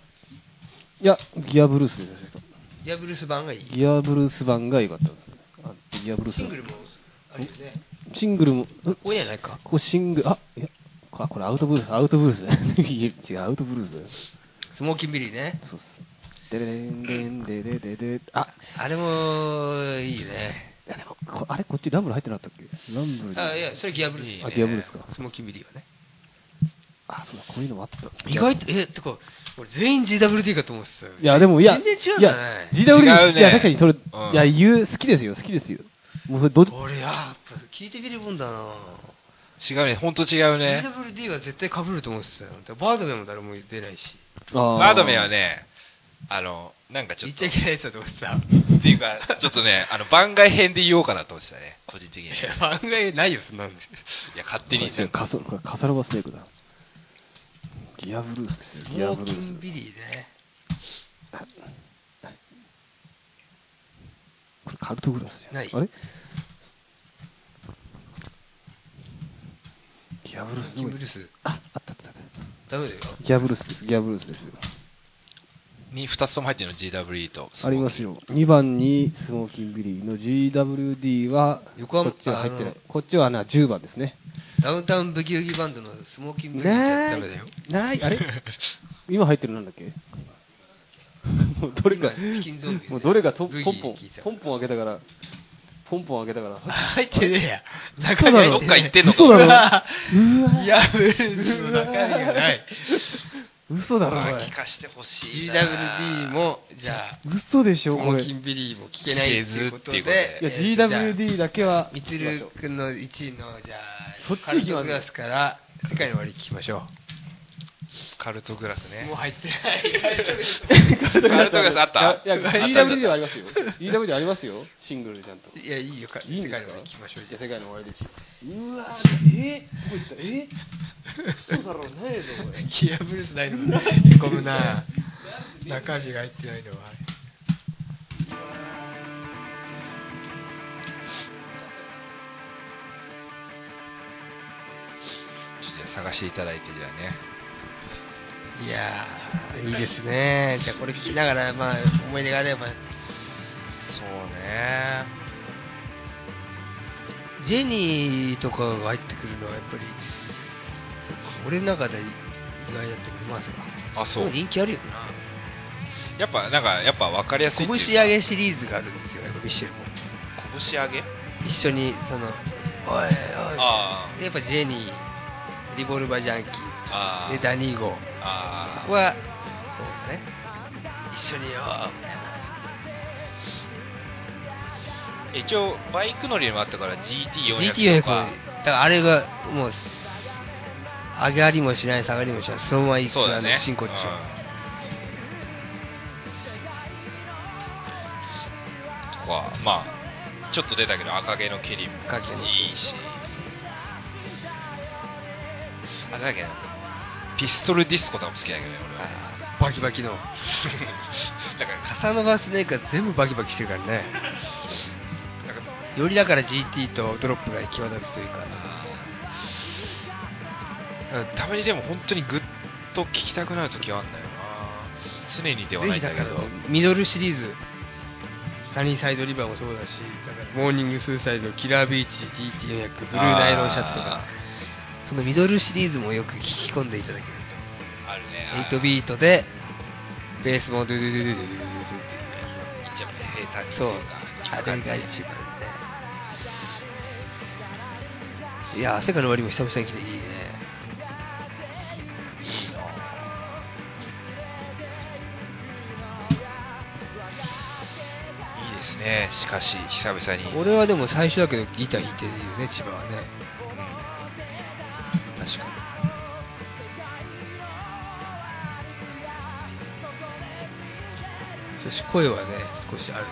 [SPEAKER 1] いや、ギアブルースです確か
[SPEAKER 3] ギアブルース版がいい
[SPEAKER 1] ギアブルース版が良かったですね。あギアブルース
[SPEAKER 3] シングルもあるよね。
[SPEAKER 1] シングルも、ん
[SPEAKER 3] ここじゃないか。
[SPEAKER 1] ここシングル、あ、いや、あ、これアウトブルース、アウトブルースだ。い え違う、アウトブルースだよ。
[SPEAKER 3] スモーキンビリーね。
[SPEAKER 1] そうっす。でれれんでんでれでで、あ、
[SPEAKER 3] あれも、いいね。
[SPEAKER 1] いやでもこあれこっちランブル入ってなかったっけランブルに
[SPEAKER 3] あ、いや、それギアブルース、ね。
[SPEAKER 1] あギアブルースか
[SPEAKER 3] スモーキンビリーはね。
[SPEAKER 1] あ、そうだ、こういうのもあった。
[SPEAKER 3] 意外と、え、てか、俺全員 GWD かと思ってたよ。
[SPEAKER 1] いや、でも、いや、
[SPEAKER 3] 全然違うん
[SPEAKER 1] いや
[SPEAKER 3] だね。、
[SPEAKER 2] 違う
[SPEAKER 1] GW、
[SPEAKER 2] ね
[SPEAKER 1] いや、確かにそれ、
[SPEAKER 2] うん
[SPEAKER 1] いや、言う、好きですよ、好きですよ。もうそれ、どっち、
[SPEAKER 3] 俺、やっぱ聞いてみるもんだな
[SPEAKER 2] 違うね、ほんと違うね。
[SPEAKER 3] GWD は絶対被ると思ってたよ。でバードメンも誰も出ないし。
[SPEAKER 1] あー
[SPEAKER 2] マードメは、ね、あの、なんかちょ
[SPEAKER 3] 言
[SPEAKER 2] っ
[SPEAKER 3] っ
[SPEAKER 2] と、
[SPEAKER 3] ちゃい
[SPEAKER 2] っ
[SPEAKER 3] けないやつだと思 ってた。
[SPEAKER 2] ていうか、ちょっとね、あの、番外編で言おうかなと思ってたね、個人的に。い
[SPEAKER 3] いや、番外ないよ、そんなの。
[SPEAKER 2] や、勝手
[SPEAKER 1] こ
[SPEAKER 2] に
[SPEAKER 1] れ、カソ、これカサラバスネークだ。ギアブルースですよ、ギア
[SPEAKER 3] モ
[SPEAKER 1] ブ
[SPEAKER 3] ー
[SPEAKER 1] ル
[SPEAKER 3] キ
[SPEAKER 1] ー
[SPEAKER 3] ン
[SPEAKER 1] ス。
[SPEAKER 3] ビリーね。
[SPEAKER 1] これ、カルトグラスじゃん。
[SPEAKER 3] ない
[SPEAKER 1] あれギアブルース
[SPEAKER 3] キ
[SPEAKER 1] ど
[SPEAKER 3] ン
[SPEAKER 1] こ
[SPEAKER 3] ブル
[SPEAKER 1] 行っ
[SPEAKER 3] ース。
[SPEAKER 1] た、あ、あったあったあった。
[SPEAKER 3] ダメだよ。
[SPEAKER 1] ギアブルースです、ギアブルースですよ。
[SPEAKER 2] に2つとも入ってるの、GWE と。
[SPEAKER 1] ありますよ。2番にスモーキンビリーの GWD は、
[SPEAKER 3] 横浜
[SPEAKER 1] こっちは入ってな
[SPEAKER 3] あ
[SPEAKER 1] い
[SPEAKER 3] の。
[SPEAKER 1] こっちはな10番ですね。
[SPEAKER 3] ダウンタウンブギウギバンドのスモーキンブリーじゃ
[SPEAKER 1] な
[SPEAKER 3] ダ
[SPEAKER 1] い
[SPEAKER 3] メだよ。。
[SPEAKER 1] ない、あ れ今入ってるなんだっけもうどれが
[SPEAKER 3] 今チキンゾンビです、よ
[SPEAKER 1] もうどれがとポ
[SPEAKER 3] ブギ
[SPEAKER 1] ン
[SPEAKER 3] ー
[SPEAKER 1] ポン
[SPEAKER 3] 聞いちゃ、う
[SPEAKER 1] ポンポン開けたから、ポンポン開けたから。
[SPEAKER 3] 入ってねえや。
[SPEAKER 1] 嘘だ
[SPEAKER 3] 中
[SPEAKER 1] ろ
[SPEAKER 3] 身
[SPEAKER 2] どっか行ってんのか
[SPEAKER 1] 嘘だろうわぁ
[SPEAKER 3] いや、ブルースの中身がない。
[SPEAKER 1] 嘘だろ、
[SPEAKER 2] ま
[SPEAKER 1] こ
[SPEAKER 2] あ
[SPEAKER 1] れ
[SPEAKER 2] 聞。かしてほしいな。
[SPEAKER 3] GWD も、じゃあ、
[SPEAKER 1] 嘘でし
[SPEAKER 3] ス
[SPEAKER 1] ょ、こ
[SPEAKER 3] モ
[SPEAKER 1] れ。
[SPEAKER 3] ーキ
[SPEAKER 1] い
[SPEAKER 3] ンビリーも聞けないっていうことで
[SPEAKER 2] 聞けずって
[SPEAKER 1] や、
[SPEAKER 3] え
[SPEAKER 2] いうこ、とで
[SPEAKER 3] ーとじゃあ
[SPEAKER 1] GWD だけは。
[SPEAKER 3] みつる くんの1位の、じゃ
[SPEAKER 1] そっ
[SPEAKER 3] あ、
[SPEAKER 1] ち
[SPEAKER 3] カ
[SPEAKER 1] 行
[SPEAKER 3] ル
[SPEAKER 1] きま
[SPEAKER 3] ト
[SPEAKER 1] す
[SPEAKER 3] グラスから、世界の終わり聞きましょ
[SPEAKER 2] カルトグラス
[SPEAKER 3] う。
[SPEAKER 2] ね
[SPEAKER 3] もう。入ってない。
[SPEAKER 1] カルト
[SPEAKER 2] ガルトガスあった
[SPEAKER 1] いや、いや
[SPEAKER 2] あった
[SPEAKER 1] GWD はありますよ。GWD ありますよ。シングルでちゃんと。
[SPEAKER 3] いや、いいよ、か
[SPEAKER 1] いいん
[SPEAKER 3] 世
[SPEAKER 1] です
[SPEAKER 3] 界
[SPEAKER 1] か
[SPEAKER 3] の終わり聞きましょう。
[SPEAKER 1] じ
[SPEAKER 3] じ
[SPEAKER 1] ゃ
[SPEAKER 3] ゃ
[SPEAKER 1] あ世
[SPEAKER 3] あ
[SPEAKER 1] 界の終わりでうわーえどこ行ったえ嘘だろ何やぞこれ
[SPEAKER 3] ギアブルースないのへこむな。 中身が入ってないのは。
[SPEAKER 2] ちょっと探していただいて、じゃあね。
[SPEAKER 3] いやー、いいですね。じゃあ、これ聞きながら、まあ、思い出があれば、
[SPEAKER 2] そうね。
[SPEAKER 3] ジェニーとかが入ってくるのはやっぱり、そうか、俺の中で意外だったけど、まあそうか。
[SPEAKER 2] あ、そう
[SPEAKER 3] でも。人気あるよな。
[SPEAKER 2] やっぱ、なんか、やっぱ分かりやす
[SPEAKER 3] 拳
[SPEAKER 2] いっていうか。
[SPEAKER 3] 上げシリーズがあるんですよ、やっぱミッシェルも。
[SPEAKER 2] 拳上げ
[SPEAKER 3] 一緒に、その、おいおい。
[SPEAKER 2] あ
[SPEAKER 3] やっぱジェニー、リボルバージャンキー、
[SPEAKER 2] あー。
[SPEAKER 3] で、ダニーゴ。こ
[SPEAKER 2] あ
[SPEAKER 3] こ
[SPEAKER 2] あ。
[SPEAKER 3] は、そうだね。一緒によー、みたいな。
[SPEAKER 2] 一応、バイク乗りにもあったから GT400 と
[SPEAKER 3] GT400
[SPEAKER 2] か。
[SPEAKER 3] だからあれがもう上がりもしない下がりもしないそのままいく
[SPEAKER 2] そうだね。
[SPEAKER 3] 進行
[SPEAKER 2] う
[SPEAKER 3] で
[SPEAKER 2] ん
[SPEAKER 3] しょ
[SPEAKER 2] とか、まあ、ちょっと出たけど、赤毛のケリも
[SPEAKER 3] 赤毛のケリ
[SPEAKER 2] いいし。あ、なんだっけな。ピストルディスコとかも好きだけどね、俺は。
[SPEAKER 3] バキバ キの
[SPEAKER 2] だから、
[SPEAKER 3] カサノバスネークは全部バキバキしてるからねよりだから GT とドロップが際立つというか
[SPEAKER 2] うんたまにでも本当にグッと聞きたくなるときはあんだよな常にでは
[SPEAKER 3] ぜ
[SPEAKER 2] ない
[SPEAKER 3] ひ
[SPEAKER 2] ん
[SPEAKER 3] だ
[SPEAKER 2] だ
[SPEAKER 3] か
[SPEAKER 2] け
[SPEAKER 3] ら
[SPEAKER 2] ど
[SPEAKER 3] ミドルシリーズサニーサイドリバーもそうだしだからモーニングスーサイドキラービーチ GT400 ブルーナイロンシャツとかそのミドルシリーズもよく聞き込んでいただけると
[SPEAKER 2] あるねあ
[SPEAKER 3] 8ビートで、ベースもドゥドゥドゥドゥドゥドゥドゥ
[SPEAKER 2] 一応平坦
[SPEAKER 3] ドゥ
[SPEAKER 2] に
[SPEAKER 3] そう、あ
[SPEAKER 2] あ
[SPEAKER 3] れが一番ですね。いやー、世界の終わりも久々に来ていいね。
[SPEAKER 2] いいですねしかし久々に
[SPEAKER 3] 俺はでも最初だけどギター弾いてるよね、千葉はね。
[SPEAKER 2] 確か
[SPEAKER 3] そして声はね、少しあるね。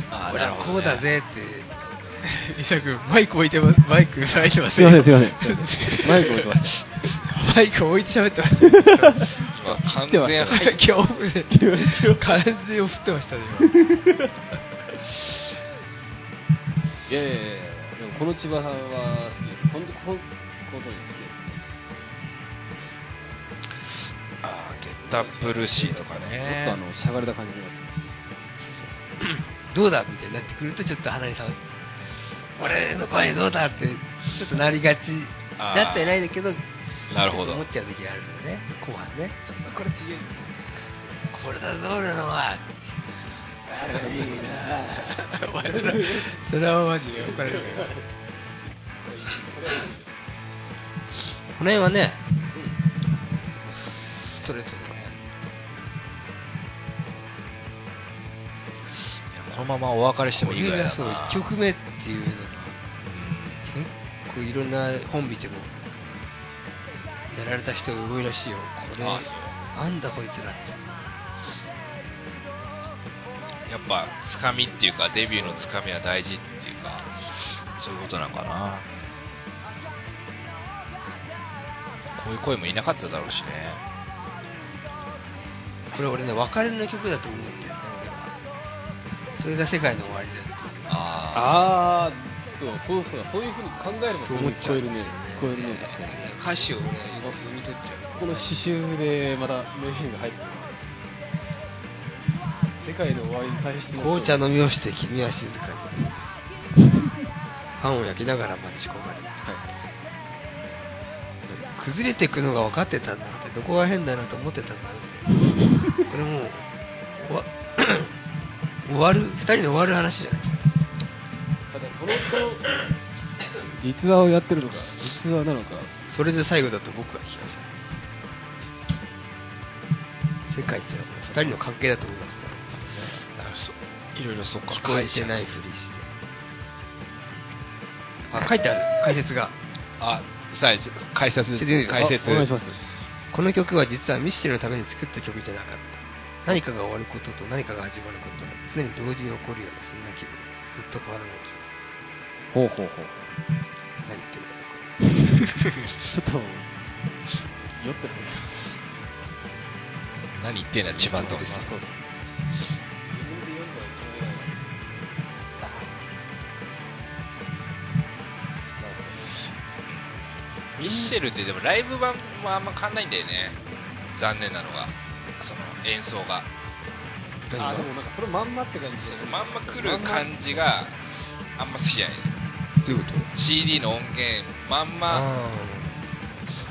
[SPEAKER 2] にあ
[SPEAKER 3] 俺はこうだ
[SPEAKER 2] なる
[SPEAKER 3] ぜ って。ミサ君、マイク置いてま、マイク触ってます
[SPEAKER 1] すいませんすいません すいませんマイク置いてまし
[SPEAKER 3] マイク置いて喋ってましたね。
[SPEAKER 2] ほどね今完
[SPEAKER 1] てま
[SPEAKER 2] 全
[SPEAKER 1] す
[SPEAKER 2] 入
[SPEAKER 3] 今日もね、
[SPEAKER 2] っ
[SPEAKER 3] 完全に振ってましたね、今。
[SPEAKER 1] いやいやいやでもこの千葉さんは好きです本当このことに好き
[SPEAKER 2] あーゲッタップルシーとか
[SPEAKER 1] ですもっとあ
[SPEAKER 2] ね
[SPEAKER 1] のしゃがれた感じになって
[SPEAKER 3] どうだみたいになってくるとちょっと鼻に触る俺の声どうだって、ちょっとなりがち。
[SPEAKER 2] あー
[SPEAKER 3] なってないんだけど、
[SPEAKER 2] なるほど
[SPEAKER 3] 思っちゃう時があるんだよね、後半ね。
[SPEAKER 4] これ違え
[SPEAKER 3] これだぞ、俺のは。あれいいなお前それそれはマジで怒られるよ。この辺はね、ストレートでね。
[SPEAKER 2] このままお別れしてもいいぐらいだ
[SPEAKER 3] そう
[SPEAKER 2] な。
[SPEAKER 3] 1曲目っていうのが
[SPEAKER 2] うん
[SPEAKER 3] 結構いろんな本見てもやられた人多いらしいよこれ
[SPEAKER 2] あ
[SPEAKER 3] なんだこいつらって
[SPEAKER 2] やっぱ、つかみっていうか、デビューのつかみは大事っていうか、そういうことなのかな。こういう声もいなかっただろうしね。
[SPEAKER 3] これ俺ね別れの曲だと思うんだよね俺はそれが世界の終わりだって
[SPEAKER 2] あ
[SPEAKER 1] ああ、そう、そうそう、そういうふうに考えれば、そう
[SPEAKER 3] 思っ
[SPEAKER 1] 聞
[SPEAKER 3] ちゃ
[SPEAKER 1] こ
[SPEAKER 3] う
[SPEAKER 1] え
[SPEAKER 3] んで
[SPEAKER 1] る
[SPEAKER 3] すよ
[SPEAKER 1] ね。聞こえるね、確かに。
[SPEAKER 3] 歌詞を俺は今踏み取っちゃう
[SPEAKER 1] この刺繍で、また、名シーンが入ってくる。世界の終わりに対しての。
[SPEAKER 3] 紅茶飲みをして君は静かにパンを焼きながら待ち焦がれる崩れていくのが分かってたんだなってどこが変だなと思ってたんだなってこれもう終わ 終わる2人の終わる話じゃない
[SPEAKER 1] ただ、その、その実話をやってるのか、実話なのか。
[SPEAKER 3] それで最後だと僕は聞かせる世界ってのはもう2人の関係だと思いますから
[SPEAKER 2] あ、そいろいろそっか。
[SPEAKER 3] 聞こえてないふりしてあ書いてある解説が
[SPEAKER 2] あ、さあ、ちょっと解説ですね、解説。
[SPEAKER 1] あお願いします。
[SPEAKER 3] この曲は実はミッシェルのために作った曲じゃなかった。何かが終わることと何かが始まること、常に同時に起こるような、そんな気分。ずっと変わらない気
[SPEAKER 1] ほうほうほう。
[SPEAKER 3] 分。何言ってるか
[SPEAKER 1] ちょっと、酔ってるね。
[SPEAKER 2] 何言ってんだ、千葉と。
[SPEAKER 1] まあそうそう
[SPEAKER 2] ミッシェルってでもライブ版もあんま変わんないんだよね。残念なのが、その演奏が。
[SPEAKER 3] 分か
[SPEAKER 1] あー、
[SPEAKER 3] ら
[SPEAKER 1] で
[SPEAKER 3] な
[SPEAKER 1] も
[SPEAKER 3] い。
[SPEAKER 1] なんかそれまんまって感じ
[SPEAKER 2] そのまんま来る感じがあんま好きじゃない。
[SPEAKER 3] どういうこと
[SPEAKER 2] CD の音源まんま
[SPEAKER 3] あ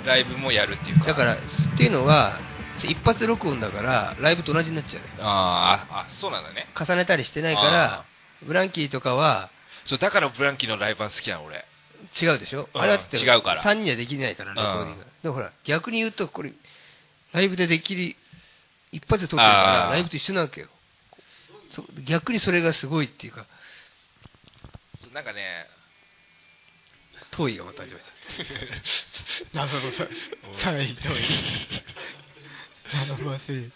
[SPEAKER 2] ライブもやるっていう
[SPEAKER 3] ー
[SPEAKER 2] か。
[SPEAKER 3] だから、っていうのは、一発録音だから、ライブと同じになっちゃうね。
[SPEAKER 2] あーあ、そうなんだね。
[SPEAKER 3] 重ねたりしてないから
[SPEAKER 2] あ、
[SPEAKER 3] ブランキーとかは
[SPEAKER 2] そう、だからブランキーのライブ版好きなの俺。
[SPEAKER 3] 違うでしょ
[SPEAKER 2] うん
[SPEAKER 3] あれはだって
[SPEAKER 2] 違うから
[SPEAKER 3] 3人はできないから、レコーディングが。でもほら、逆に言うと、これ、ライブでできる、一発で撮ってるか
[SPEAKER 2] あ
[SPEAKER 3] ら、
[SPEAKER 2] ー
[SPEAKER 3] ライブと一緒なわけよ。そ逆にそれがすごいっていうか、
[SPEAKER 2] そうなんかね、
[SPEAKER 3] 遠いがまた 始まっちゃ
[SPEAKER 5] 謎のさ、さらに遠 い。謎の忘れ。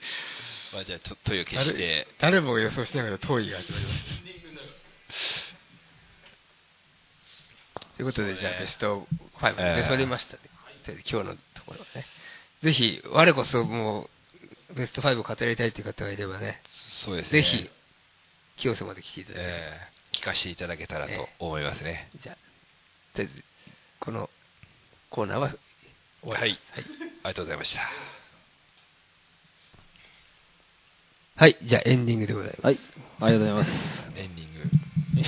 [SPEAKER 2] まあ、じゃあちょっと声を消して、
[SPEAKER 5] 誰もが予想しながら遠いが始まりま
[SPEAKER 3] う。ということで、
[SPEAKER 2] そうね
[SPEAKER 3] じゃあベスト5ま
[SPEAKER 2] え
[SPEAKER 3] で
[SPEAKER 2] ー
[SPEAKER 3] 出それましたね。とりあえず今日のところはね。ぜひ、我こそもう、ベスト5を語りたいという方がいればね、
[SPEAKER 2] そうですね。
[SPEAKER 3] ぜひ、清瀬まで来ていただいて。
[SPEAKER 2] えー聞かせていただけたらと思いますね。
[SPEAKER 3] じゃあ、とりあえず、このコーナーは終わります。はい。
[SPEAKER 2] ありがとうございました。
[SPEAKER 3] はい、じゃあエンディングでござい
[SPEAKER 1] は
[SPEAKER 3] ます。
[SPEAKER 1] い、ありがとうございます。
[SPEAKER 2] エンディング。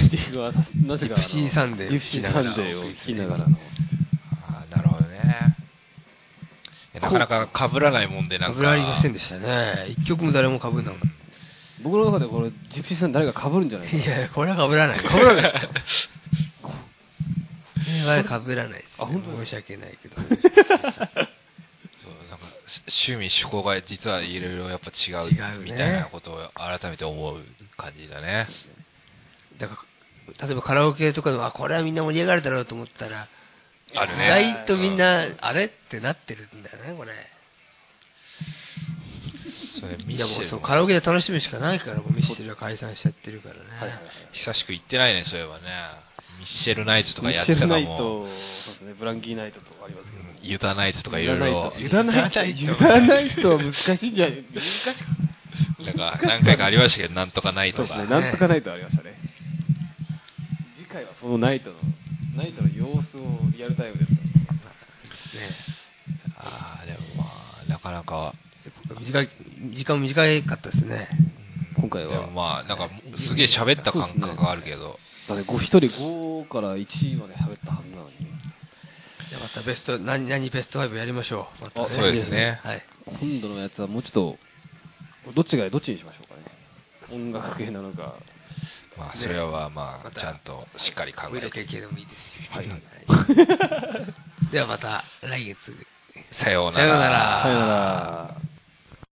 [SPEAKER 1] エンディングは、なぜかあの。
[SPEAKER 3] ジプシーサンデーを
[SPEAKER 1] ジ
[SPEAKER 3] 聞
[SPEAKER 1] プシ
[SPEAKER 3] き
[SPEAKER 1] ー
[SPEAKER 3] な
[SPEAKER 1] サ
[SPEAKER 3] がら
[SPEAKER 1] ンデーを聞きながらの。
[SPEAKER 2] ああ、なるほどね。いやなかなかかぶらないもんで、な
[SPEAKER 3] か
[SPEAKER 2] んか。
[SPEAKER 3] ぶらりませんでしたね。一曲も誰もかぶんなかっ
[SPEAKER 1] 僕の中でこれ、ジプシーさん誰か被るんじゃな
[SPEAKER 3] た。
[SPEAKER 1] いか
[SPEAKER 3] い
[SPEAKER 1] な。
[SPEAKER 3] や、これはかぶらない。かぶらない。これはかぶらないです、ね。
[SPEAKER 1] あ本当ですか
[SPEAKER 3] 申し訳ないけど。
[SPEAKER 2] そうなんかし趣味趣向が実はいろいろやっぱ違う
[SPEAKER 3] 違うね
[SPEAKER 2] みたいなことを改めて思う感じだね。
[SPEAKER 3] だから、例えばカラオケとかでも、あ、これはみんな盛り上がるだろうと思ったら、
[SPEAKER 2] ある
[SPEAKER 3] 意
[SPEAKER 2] ね。
[SPEAKER 3] 外とみんな、あれってなってるんだよね、これ。
[SPEAKER 2] それミ
[SPEAKER 3] い
[SPEAKER 2] ッ
[SPEAKER 3] や、も
[SPEAKER 2] シ
[SPEAKER 3] う
[SPEAKER 2] ェ
[SPEAKER 3] そ
[SPEAKER 2] ル
[SPEAKER 3] う
[SPEAKER 2] も
[SPEAKER 3] カラオケで楽しむしかないから、もうミッシェルは解散しちゃってるからね。
[SPEAKER 2] 久しく行ってないね、そういえばね。ミッシェルナイツとか
[SPEAKER 1] ミ
[SPEAKER 2] やっ
[SPEAKER 1] ッ
[SPEAKER 2] て
[SPEAKER 1] シェ
[SPEAKER 2] た
[SPEAKER 1] ルナ
[SPEAKER 2] の
[SPEAKER 1] イ
[SPEAKER 2] も
[SPEAKER 1] ト、そうですね、ブランキーナイトとかありますけど。
[SPEAKER 2] ユタナイツとかいろいろ、
[SPEAKER 1] ユダナイト、ユダナイトは難しいんじゃない難し
[SPEAKER 2] なんか何回かありましたけど、なんとかナイ
[SPEAKER 1] そ
[SPEAKER 2] ト
[SPEAKER 1] うです
[SPEAKER 2] が
[SPEAKER 1] ね、。なんとかナイトありましたね。次回はそのナイトの、ナイトの様子をリアルタイムで。
[SPEAKER 3] ね
[SPEAKER 2] ああ、でもまあ、なかなか。
[SPEAKER 3] 短い時間も短かったですね。
[SPEAKER 1] 今回
[SPEAKER 2] で
[SPEAKER 1] は
[SPEAKER 2] もまあ、なんかすげえ喋った感覚があるけど、
[SPEAKER 1] だってご一人5から1位まで喋ったはずなのに。
[SPEAKER 3] じゃあまたベスト、何、何ベスト5やりましょう。また
[SPEAKER 1] あそうです
[SPEAKER 2] ね
[SPEAKER 3] はい。
[SPEAKER 1] 今度のやつはもうちょっと、どっちがどっちにしましょうかね。音楽系なのか。
[SPEAKER 2] まあ、それはま
[SPEAKER 3] ま
[SPEAKER 2] あ、
[SPEAKER 3] た
[SPEAKER 2] ちゃんとしっかり考
[SPEAKER 3] 無
[SPEAKER 2] え
[SPEAKER 3] 理の
[SPEAKER 2] て。
[SPEAKER 3] 経験でもいいですし。
[SPEAKER 2] はい
[SPEAKER 3] ではまた来月。
[SPEAKER 2] さような
[SPEAKER 3] さよう
[SPEAKER 2] ら
[SPEAKER 3] なら。
[SPEAKER 1] さよなら。